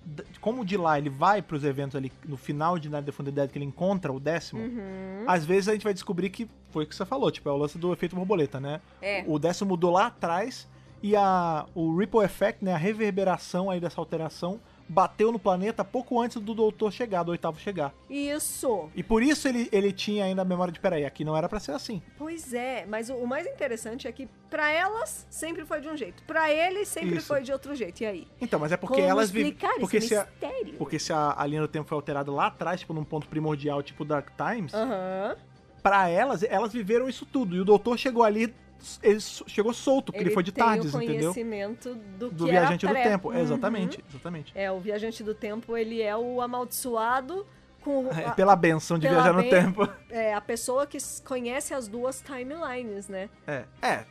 [SPEAKER 1] d- como de lá ele vai pros eventos ali no final de Night of the Funny Dead, que ele encontra o décimo,
[SPEAKER 2] Uhum.
[SPEAKER 1] às vezes a gente vai descobrir que foi o que você falou, tipo, é o lance do efeito borboleta, né?
[SPEAKER 2] É.
[SPEAKER 1] O décimo mudou lá atrás e a, o ripple effect, né? A reverberação aí dessa alteração bateu no planeta pouco antes do doutor chegar, do oitavo chegar.
[SPEAKER 2] Isso.
[SPEAKER 1] E por isso ele, ele tinha ainda a memória de, peraí, aqui não era pra ser assim.
[SPEAKER 2] Pois é, mas o, o mais interessante é que pra elas sempre foi de um jeito, Pra eles sempre
[SPEAKER 1] Isso.
[SPEAKER 2] foi de outro jeito. E aí?
[SPEAKER 1] Então, mas é porque
[SPEAKER 2] Como
[SPEAKER 1] elas vivem.
[SPEAKER 2] explicar
[SPEAKER 1] Porque
[SPEAKER 2] esse
[SPEAKER 1] se, a,
[SPEAKER 2] mistério?
[SPEAKER 1] porque se a, a linha do tempo foi alterada lá atrás, tipo num ponto primordial, tipo Dark Times,
[SPEAKER 2] Aham.
[SPEAKER 1] pra elas, elas viveram isso tudo. E o doutor chegou ali, ele so- chegou solto, porque ele, foi de
[SPEAKER 2] tem
[SPEAKER 1] tardes,
[SPEAKER 2] o
[SPEAKER 1] entendeu?
[SPEAKER 2] conhecimento do que
[SPEAKER 1] Do
[SPEAKER 2] era
[SPEAKER 1] viajante do
[SPEAKER 2] pré.
[SPEAKER 1] tempo.
[SPEAKER 2] Uhum.
[SPEAKER 1] Exatamente, exatamente.
[SPEAKER 2] É, o viajante do tempo, ele é o amaldiçoado com
[SPEAKER 1] É,
[SPEAKER 2] a,
[SPEAKER 1] pela benção de
[SPEAKER 2] pela
[SPEAKER 1] viajar no
[SPEAKER 2] ben-
[SPEAKER 1] tempo.
[SPEAKER 2] é, a pessoa que s- conhece as duas timelines, né?
[SPEAKER 1] É. É.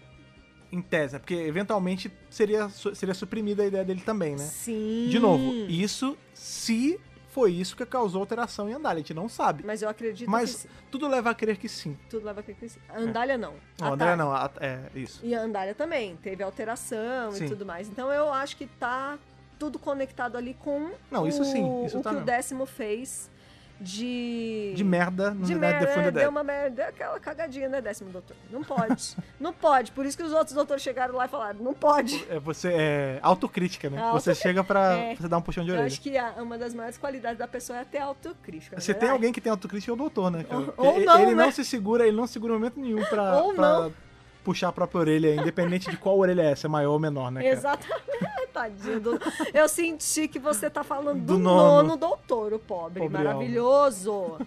[SPEAKER 1] Em tese, né? porque eventualmente seria, su- seria suprimida a ideia dele também, né?
[SPEAKER 2] Sim.
[SPEAKER 1] De novo, isso se foi isso que causou alteração em Andar, a gente não sabe.
[SPEAKER 2] Mas eu acredito
[SPEAKER 1] Mas
[SPEAKER 2] que
[SPEAKER 1] tudo leva a crer que sim.
[SPEAKER 2] tudo leva a crer que sim. Andália não.
[SPEAKER 1] Não,
[SPEAKER 2] A
[SPEAKER 1] André
[SPEAKER 2] Tar-
[SPEAKER 1] não, a- é isso.
[SPEAKER 2] E a Andália também, teve alteração
[SPEAKER 1] Sim.
[SPEAKER 2] e tudo mais. Então eu acho que tá tudo conectado ali com
[SPEAKER 1] Não, isso
[SPEAKER 2] o,
[SPEAKER 1] sim, isso
[SPEAKER 2] o
[SPEAKER 1] tá
[SPEAKER 2] que o
[SPEAKER 1] mesmo.
[SPEAKER 2] décimo fez de.
[SPEAKER 1] de merda né, no
[SPEAKER 2] De
[SPEAKER 1] Night
[SPEAKER 2] merda,
[SPEAKER 1] Defend
[SPEAKER 2] é,
[SPEAKER 1] the Dead.
[SPEAKER 2] deu uma merda, deu aquela cagadinha, né, décimo doutor? Não pode. não pode. Por isso que os outros doutores chegaram lá e falaram, não pode.
[SPEAKER 1] É, você é autocrítica, né?
[SPEAKER 2] Autocri-
[SPEAKER 1] Você chega pra
[SPEAKER 2] É.
[SPEAKER 1] você dar um puxão de
[SPEAKER 2] Eu
[SPEAKER 1] orelha.
[SPEAKER 2] acho que a- uma das maiores qualidades da pessoa é ter autocrítica. não é
[SPEAKER 1] Se tem
[SPEAKER 2] verdade?
[SPEAKER 1] alguém que tem autocrítica, é o doutor, né? cara?
[SPEAKER 2] Ou-
[SPEAKER 1] Porque
[SPEAKER 2] ou
[SPEAKER 1] ele-
[SPEAKER 2] não,
[SPEAKER 1] ele
[SPEAKER 2] né?
[SPEAKER 1] não se segura, ele não segura em momento nenhum pra,
[SPEAKER 2] Ou
[SPEAKER 1] pra
[SPEAKER 2] não.
[SPEAKER 1] puxar a própria orelha, independente de qual orelha é, se é maior ou menor, né? cara?
[SPEAKER 2] Exatamente, tadinho. do- Eu senti que você tá falando
[SPEAKER 1] Do
[SPEAKER 2] do,
[SPEAKER 1] nono.
[SPEAKER 2] nono. doutor, o pobre.
[SPEAKER 1] Pobre alma.
[SPEAKER 2] maravilhoso.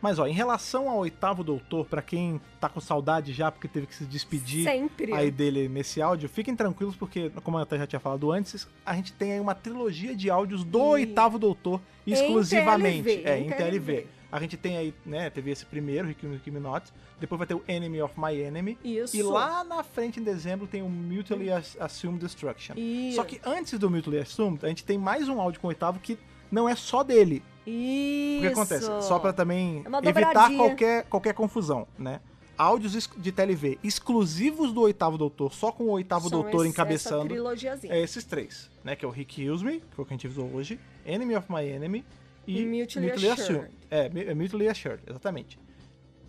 [SPEAKER 1] Mas ó, em relação ao oitavo doutor, pra quem tá com saudade já, porque teve que se despedir
[SPEAKER 2] Sempre.
[SPEAKER 1] aí dele nesse áudio, fiquem tranquilos, porque, como eu até já tinha falado antes, a gente tem aí uma trilogia de áudios do
[SPEAKER 2] E-
[SPEAKER 1] oitavo doutor exclusivamente.
[SPEAKER 2] TLV,
[SPEAKER 1] é,
[SPEAKER 2] em
[SPEAKER 1] em TLV.
[SPEAKER 2] TLV.
[SPEAKER 1] A gente tem aí, né, teve esse primeiro, Rick Me- Rick Me Not, depois vai ter o Enemy of My Enemy,
[SPEAKER 2] Isso.
[SPEAKER 1] e lá na frente, em dezembro, tem o Mutually Ass- Assumed Destruction.
[SPEAKER 2] Isso.
[SPEAKER 1] Só que antes do Mutually Assumed, a gente tem mais um áudio com o oitavo que não é só dele,
[SPEAKER 2] Isso.
[SPEAKER 1] o que acontece? Só pra também
[SPEAKER 2] É uma
[SPEAKER 1] evitar
[SPEAKER 2] dobradinha.
[SPEAKER 1] qualquer, qualquer confusão, né? Áudios ex- de TLV exclusivos do Oitavo Doutor, só com o Oitavo
[SPEAKER 2] São
[SPEAKER 1] Doutor
[SPEAKER 2] esse- Essa
[SPEAKER 1] encabeçando,
[SPEAKER 2] trilogiazinha.
[SPEAKER 1] é esses três, né? Que é o Rick Kills Me, que foi o que a gente visou hoje, Enemy of My Enemy e
[SPEAKER 2] E Mutually Assured.
[SPEAKER 1] É, Mu- é, Mutually Assured, exatamente.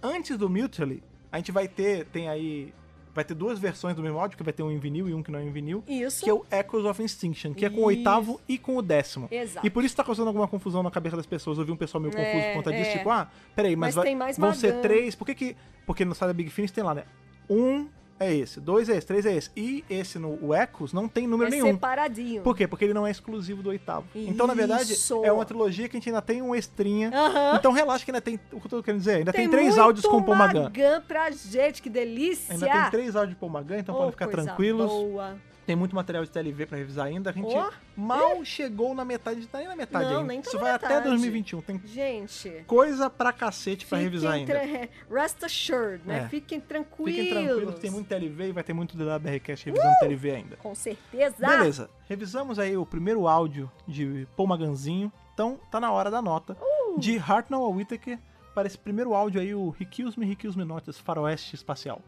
[SPEAKER 1] Antes do Mutually, a gente vai ter, tem aí, vai ter duas versões do mesmo áudio, que vai ter um em vinil e um que não é em vinil,
[SPEAKER 2] Isso.
[SPEAKER 1] que é o Echoes of Instinction, que é com o
[SPEAKER 2] Isso.
[SPEAKER 1] oitavo e com o décimo.
[SPEAKER 2] Exato.
[SPEAKER 1] E por isso tá causando alguma confusão na cabeça das pessoas. Eu vi um pessoal meio confuso por
[SPEAKER 2] É,
[SPEAKER 1] conta disso,
[SPEAKER 2] é.
[SPEAKER 1] tipo, ah, peraí, mas,
[SPEAKER 2] Mas
[SPEAKER 1] vai-
[SPEAKER 2] tem mais
[SPEAKER 1] vão ser
[SPEAKER 2] Magan.
[SPEAKER 1] três. Por que que. Porque no site da Big Finish tem lá, né? Um, é esse, dois é esse, três é esse. E esse no o Ecos não tem número
[SPEAKER 2] é
[SPEAKER 1] nenhum.
[SPEAKER 2] separadinho.
[SPEAKER 1] Por quê? Porque ele não é exclusivo do oitavo. Então, na verdade,
[SPEAKER 2] Isso.
[SPEAKER 1] é uma trilogia que a gente ainda tem um extrinha.
[SPEAKER 2] Aham.
[SPEAKER 1] Então relaxa que ainda tem. O que eu tô querendo dizer? Ainda tem, três áudios com o Paul Magan.
[SPEAKER 2] Magan pra gente, que delícia.
[SPEAKER 1] Ainda tem três áudios de Paul Magan, então
[SPEAKER 2] Oh,
[SPEAKER 1] podem ficar
[SPEAKER 2] coisa
[SPEAKER 1] tranquilos.
[SPEAKER 2] Boa.
[SPEAKER 1] Tem muito material de TLV pra revisar ainda. A gente
[SPEAKER 2] Ó.
[SPEAKER 1] mal chegou na metade, tá nem na metade
[SPEAKER 2] Não,
[SPEAKER 1] ainda.
[SPEAKER 2] nem tô
[SPEAKER 1] Isso
[SPEAKER 2] na
[SPEAKER 1] vai até
[SPEAKER 2] metade.
[SPEAKER 1] 2021. Tem
[SPEAKER 2] Gente.
[SPEAKER 1] coisa pra cacete pra
[SPEAKER 2] fiquem
[SPEAKER 1] revisar ainda.
[SPEAKER 2] tra- Rest assured, né?
[SPEAKER 1] É.
[SPEAKER 2] Fiquem tranquilos.
[SPEAKER 1] Fiquem tranquilos que tem muito TLV e vai ter muito DWRcast
[SPEAKER 2] Uh!
[SPEAKER 1] revisando TLV ainda.
[SPEAKER 2] Com certeza.
[SPEAKER 1] Beleza, revisamos aí o primeiro áudio de Paul Maganzinho. Então tá na hora da nota
[SPEAKER 2] Uh!
[SPEAKER 1] de Hartnell a Whittaker para esse primeiro áudio aí, o He Kills Me, He Kills Me Notas, faroeste espacial.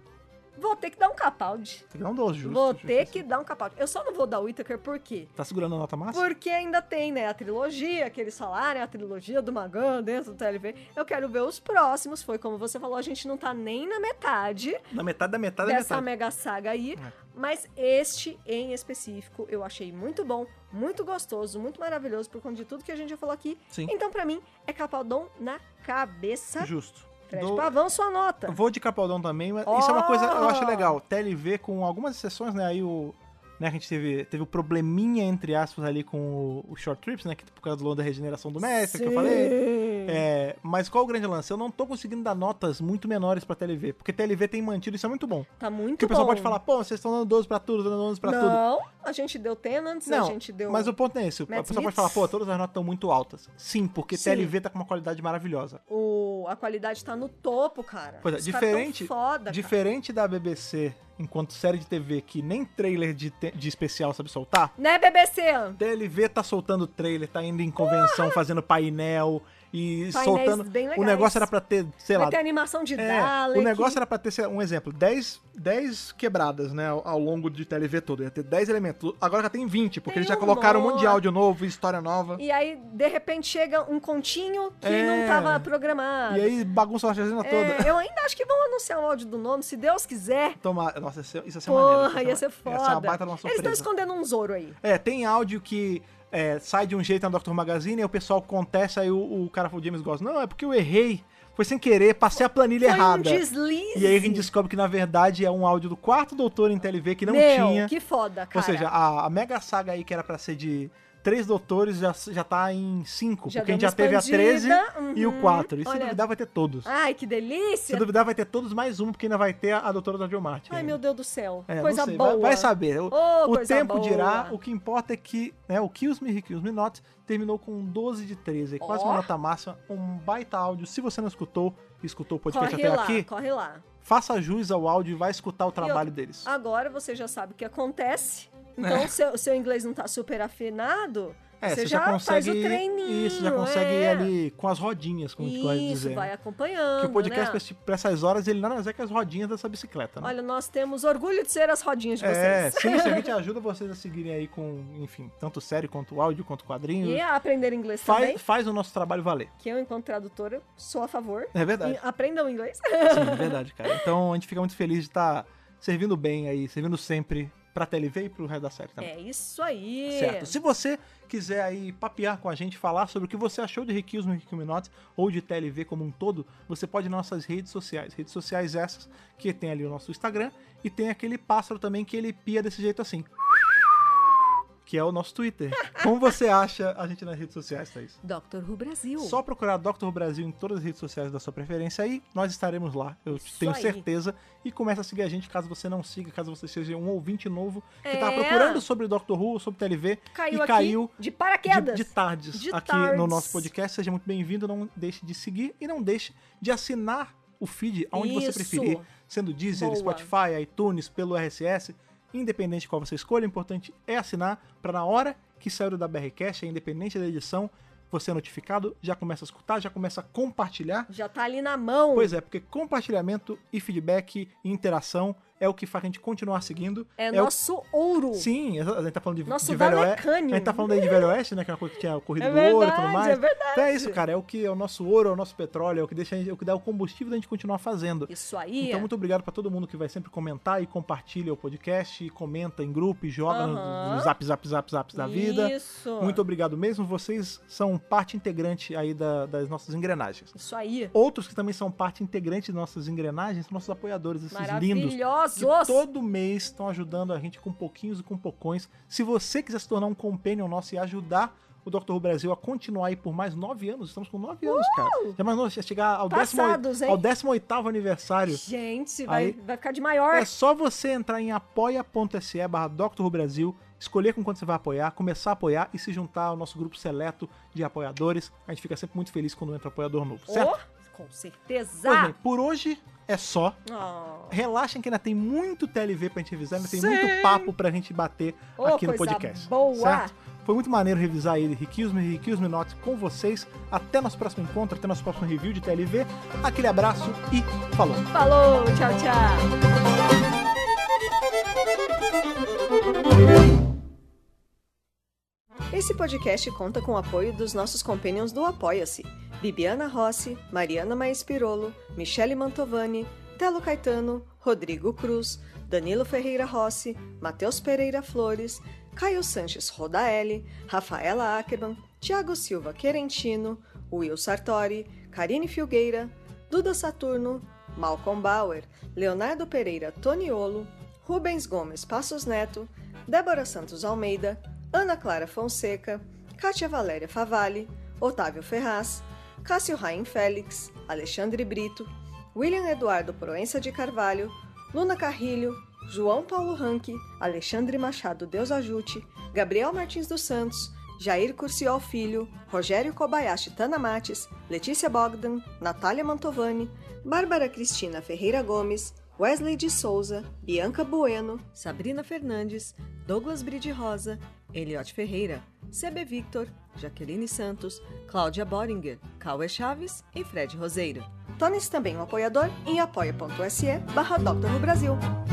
[SPEAKER 2] Vou ter que dar um capaldi.
[SPEAKER 1] Tem que dar um 12, justo.
[SPEAKER 2] Vou ter
[SPEAKER 1] justo.
[SPEAKER 2] que dar um capaldi. Eu só não vou dar Whittaker por quê?
[SPEAKER 1] Tá segurando a nota máxima?
[SPEAKER 2] Porque ainda tem, né, a trilogia que eles falaram, a trilogia do Magan dentro do TLV. Eu quero ver os próximos. Foi como você falou, a gente não tá nem na metade
[SPEAKER 1] Tá Na metade da metade da
[SPEAKER 2] dessa
[SPEAKER 1] metade.
[SPEAKER 2] mega saga aí.
[SPEAKER 1] É.
[SPEAKER 2] Mas este em específico eu achei muito bom, muito gostoso, muito maravilhoso por conta de tudo que a gente já falou aqui.
[SPEAKER 1] Sim.
[SPEAKER 2] Então, pra mim, é Capaldão na cabeça.
[SPEAKER 1] Justo.
[SPEAKER 2] Fred
[SPEAKER 1] Dou-
[SPEAKER 2] Pavão, sua nota.
[SPEAKER 1] Vou de Capaldão também, mas isso é uma coisa que eu acho
[SPEAKER 2] Oh!
[SPEAKER 1] legal. TLV com algumas exceções, né? Aí o. Né, a gente teve, teve o probleminha, entre aspas, ali com o, o Short Trips, né? Que, por causa do da regeneração do mestre, que eu falei. É, mas qual o grande lance? Eu não tô conseguindo dar notas muito menores pra TLV, porque TLV tem mantido, isso é muito bom.
[SPEAKER 2] Tá muito
[SPEAKER 1] Porque o
[SPEAKER 2] bom.
[SPEAKER 1] pessoal pode falar, pô, vocês estão dando 12 pra tudo, estão dando 11 pra tudo.
[SPEAKER 2] Não, a gente deu Tenants, a
[SPEAKER 1] Não,
[SPEAKER 2] gente deu...
[SPEAKER 1] mas o ponto é esse. O
[SPEAKER 2] Matt
[SPEAKER 1] pessoal pode
[SPEAKER 2] Smith.
[SPEAKER 1] falar, pô, todas as notas estão muito altas. Sim, porque
[SPEAKER 2] Sim.
[SPEAKER 1] TLV tá com uma qualidade maravilhosa.
[SPEAKER 2] o- a qualidade tá no topo, cara.
[SPEAKER 1] Pois é,
[SPEAKER 2] Os caras tão
[SPEAKER 1] diferente,
[SPEAKER 2] foda, cara.
[SPEAKER 1] diferente da BBC, enquanto série de TV que nem trailer de, te- de especial sabe soltar,
[SPEAKER 2] Né, BBC?
[SPEAKER 1] TLV tá soltando trailer, tá indo em convenção, fazendo painel e
[SPEAKER 2] Painéis
[SPEAKER 1] soltando.
[SPEAKER 2] bem
[SPEAKER 1] o
[SPEAKER 2] legais.
[SPEAKER 1] negócio era pra ter, sei
[SPEAKER 2] Vai
[SPEAKER 1] lá.
[SPEAKER 2] ter animação de
[SPEAKER 1] é,
[SPEAKER 2] Dalek.
[SPEAKER 1] o negócio era pra ter, sei lá, um exemplo, 10, 10 quebradas, né, ao, ao longo de TLV todo. Ia ter 10 elementos. Agora já tem 20, porque
[SPEAKER 2] Tem
[SPEAKER 1] eles já
[SPEAKER 2] um
[SPEAKER 1] colocaram um monte de
[SPEAKER 2] nó.
[SPEAKER 1] áudio novo, história nova.
[SPEAKER 2] E aí, de repente, chega um continho que
[SPEAKER 1] É.
[SPEAKER 2] não tava programado.
[SPEAKER 1] E, aí bagunça a agenda toda.
[SPEAKER 2] É, eu ainda acho que vão anunciar o áudio do nome, se Deus quiser.
[SPEAKER 1] Toma, nossa, isso ia ser maneiro.
[SPEAKER 2] Porra, ia ser
[SPEAKER 1] Ia
[SPEAKER 2] foda.
[SPEAKER 1] ser uma baita de uma
[SPEAKER 2] Eles
[SPEAKER 1] surpresa.
[SPEAKER 2] estão escondendo um Zoro aí.
[SPEAKER 1] É, tem áudio que é, sai de um jeito na Dr. Magazine, aí o pessoal contesta, aí o, o cara falou, James Goss, não, é porque eu errei, foi sem querer, passei a planilha
[SPEAKER 2] Foi um
[SPEAKER 1] errada.
[SPEAKER 2] deslize.
[SPEAKER 1] é e aí a gente descobre que, na verdade, é um áudio do quarto doutor em TLV que não
[SPEAKER 2] Meu,
[SPEAKER 1] tinha.
[SPEAKER 2] que foda, cara.
[SPEAKER 1] Ou seja, a, a mega saga aí que era pra ser de três doutores já, já tá em cinco,
[SPEAKER 2] Já
[SPEAKER 1] porque a gente
[SPEAKER 2] deu
[SPEAKER 1] já
[SPEAKER 2] uma
[SPEAKER 1] teve a 13
[SPEAKER 2] expandida,
[SPEAKER 1] e o
[SPEAKER 2] uhum.
[SPEAKER 1] 4. E se
[SPEAKER 2] Olha. Ah,
[SPEAKER 1] duvidar, vai ter todos.
[SPEAKER 2] Ai, que delícia.
[SPEAKER 1] Se duvidar, vai ter todos mais um, porque ainda vai ter a, a doutora da Martin.
[SPEAKER 2] Ai,
[SPEAKER 1] ainda.
[SPEAKER 2] meu Deus do céu.
[SPEAKER 1] É, não
[SPEAKER 2] coisa
[SPEAKER 1] sei, vai-
[SPEAKER 2] boa.
[SPEAKER 1] Vai, saber. O,
[SPEAKER 2] Ô,
[SPEAKER 1] o
[SPEAKER 2] coisa
[SPEAKER 1] tempo
[SPEAKER 2] boa.
[SPEAKER 1] dirá. O que importa é que né, o Kills Me, He Kills Me Not terminou com 12 de 13. Quase
[SPEAKER 2] Ó.
[SPEAKER 1] uma nota máxima. Um baita áudio. Se você não escutou, escutou o podcast
[SPEAKER 2] Corre
[SPEAKER 1] até
[SPEAKER 2] lá,
[SPEAKER 1] aqui,
[SPEAKER 2] corre lá.
[SPEAKER 1] faça jus ao áudio e vai escutar o trabalho deles.
[SPEAKER 2] Agora você já sabe o que acontece. Então, seu, seu inglês não tá super afinado,
[SPEAKER 1] É,
[SPEAKER 2] você, já, faz o treininho.
[SPEAKER 1] Isso, já consegue
[SPEAKER 2] é.
[SPEAKER 1] ir ali com as rodinhas, como a gente gosta de
[SPEAKER 2] Isso,
[SPEAKER 1] dizer.
[SPEAKER 2] vai
[SPEAKER 1] né?
[SPEAKER 2] acompanhando,
[SPEAKER 1] Porque o
[SPEAKER 2] né?
[SPEAKER 1] podcast, pra esse- pra essas horas, ele nada mais é que as rodinhas dessa bicicleta, né?
[SPEAKER 2] Olha, nós temos orgulho de ser as rodinhas de
[SPEAKER 1] é,
[SPEAKER 2] vocês.
[SPEAKER 1] sim, sim, a gente ajuda vocês a seguirem aí com, enfim, tanto série quanto áudio, quanto quadrinhos.
[SPEAKER 2] E a aprender inglês também,
[SPEAKER 1] Faz, faz o nosso trabalho valer.
[SPEAKER 2] que eu, enquanto tradutora, sou a favor.
[SPEAKER 1] É verdade.
[SPEAKER 2] E aprendam inglês.
[SPEAKER 1] Sim, é verdade, cara. Então a gente fica muito feliz de estar servindo bem aí, servindo sempre pra TLV e pro resto da série também.
[SPEAKER 2] É isso aí.
[SPEAKER 1] Certo. Se você quiser aí papear com a gente, falar sobre o que você achou de Requismo e Requiminotes ou de TLV como um todo, você pode ir nas nossas redes sociais. Redes sociais essas que tem ali o nosso Instagram e tem aquele pássaro também que ele pia desse jeito assim. Que é o nosso Twitter. Como você acha a gente nas redes sociais, Thaís?
[SPEAKER 2] Dr. Who Brasil.
[SPEAKER 1] Só procurar Dr. Brasil em todas as redes sociais da sua preferência aí nós estaremos lá, eu
[SPEAKER 2] Isso
[SPEAKER 1] tenho
[SPEAKER 2] aí.
[SPEAKER 1] certeza. E começa a seguir a gente caso você não siga, caso você seja um ouvinte novo que
[SPEAKER 2] É.
[SPEAKER 1] tá procurando sobre Dr. Who, ou sobre TLV
[SPEAKER 2] caiu
[SPEAKER 1] e
[SPEAKER 2] aqui
[SPEAKER 1] caiu
[SPEAKER 2] de
[SPEAKER 1] de,
[SPEAKER 2] paraquedas.
[SPEAKER 1] de tardes
[SPEAKER 2] De
[SPEAKER 1] aqui
[SPEAKER 2] tardes.
[SPEAKER 1] no nosso podcast. Seja muito bem-vindo, não deixe de seguir e não deixe de assinar o feed aonde você
[SPEAKER 2] Isso.
[SPEAKER 1] preferir, sendo Deezer,
[SPEAKER 2] Boa.
[SPEAKER 1] Spotify, iTunes, pelo RSS, independente de qual você escolha, o importante é assinar para na hora que sair o da BRcast, independente da edição, você é notificado, já começa a escutar, já começa a compartilhar.
[SPEAKER 2] Já tá ali na mão.
[SPEAKER 1] Pois é, porque compartilhamento e feedback e interação é o que faz a gente continuar seguindo.
[SPEAKER 2] é,
[SPEAKER 1] o-
[SPEAKER 2] nosso ouro.
[SPEAKER 1] Sim, a gente tá falando de,
[SPEAKER 2] Nosso
[SPEAKER 1] de Velho Oeste. A
[SPEAKER 2] Dalekânio.
[SPEAKER 1] gente tá falando aí de Velho Oeste, né? Que é uma coisa que tinha corrida
[SPEAKER 2] É
[SPEAKER 1] do ouro e tudo
[SPEAKER 2] verdade,
[SPEAKER 1] mais.
[SPEAKER 2] é verdade.
[SPEAKER 1] Então é isso, cara. É o que é o nosso ouro, é o nosso petróleo, é o que deixa a gente, é o que dá o combustível da gente continuar fazendo.
[SPEAKER 2] Isso aí.
[SPEAKER 1] Então, muito obrigado pra todo mundo que vai sempre comentar e compartilha o podcast, e comenta em grupo e joga no-
[SPEAKER 2] Aham.
[SPEAKER 1] no zap, zap, zap, zap da vida.
[SPEAKER 2] Isso.
[SPEAKER 1] Muito obrigado mesmo. Vocês são parte integrante aí da- das nossas engrenagens.
[SPEAKER 2] Isso aí.
[SPEAKER 1] Outros que também são parte integrante de nossas engrenagens são nossos apoiadores, esses lindos que
[SPEAKER 2] maravilhosos!
[SPEAKER 1] todo mês estão ajudando a gente com pouquinhos e com poucões. Se você quiser se tornar um companion nosso e ajudar o Dr. Who Brasil a continuar aí por mais nove anos, estamos com nove anos, cara. Já é mais novo, chegar ao, décimo,
[SPEAKER 2] Uh! Passados, hein?
[SPEAKER 1] ao 18 aniversário.
[SPEAKER 2] Gente, vai,
[SPEAKER 1] Aí-
[SPEAKER 2] vai ficar de maior.
[SPEAKER 1] É só você entrar em apoia.se barra Dr. Who Brasil, escolher com quanto você vai apoiar, começar a apoiar e se juntar ao nosso grupo seleto de apoiadores. A gente fica sempre muito feliz quando entra apoiador novo, certo?
[SPEAKER 2] Oh, com certeza!
[SPEAKER 1] Pois bem, por hoje é só.
[SPEAKER 2] Oh.
[SPEAKER 1] Relaxem que ainda tem muito TLV pra gente revisar, ainda tem
[SPEAKER 2] Sim.
[SPEAKER 1] muito papo pra gente bater
[SPEAKER 2] Ô,
[SPEAKER 1] aqui no
[SPEAKER 2] coisa
[SPEAKER 1] podcast.
[SPEAKER 2] boa.
[SPEAKER 1] Certo? Foi muito maneiro revisar ele, Riquismo e Riquismo Notes com vocês. Até nosso próximo encontro, até nosso próximo review de TLV. Aquele abraço e falou!
[SPEAKER 2] Falou, tchau, tchau! Esse podcast conta com o apoio dos nossos companions do Apoia-se: Bibiana Rossi, Mariana Maes Pirolo, Michele Mantovani, Telo Caetano, Rodrigo Cruz, Danilo Ferreira Rossi, Matheus Pereira Flores, Caio Sanches Rodaelli, Rafaela Ackerman, Tiago Silva Querentino, Will Sartori, Karine Filgueira, Duda Saturno, Malcolm Bauer, Leonardo Pereira Toniolo, Rubens Gomes Passos Neto, Débora Santos Almeida, Ana Clara Fonseca, Kátia Valéria Favalli, Otávio Ferraz, Cássio Raim Félix, Alexandre Brito, William Eduardo Proença de Carvalho, Luna Carrilho, João Paulo Ranque, Alexandre Machado Deus Ajute, Gabriel Martins dos Santos, Jair Curciol Filho, Rogério Kobayashi Tana Mates, Letícia Bogdan, Natália Mantovani, Bárbara Cristina Ferreira Gomes, Wesley de Souza, Bianca Bueno, Sabrina Fernandes, Douglas Bride Rosa, Eliote Ferreira, CB Victor, Jaqueline Santos, Cláudia Boringer, Cauê Chaves e Fred Roseiro. Torne-se também um apoiador em apoia.se barra Dr. Who Brasil.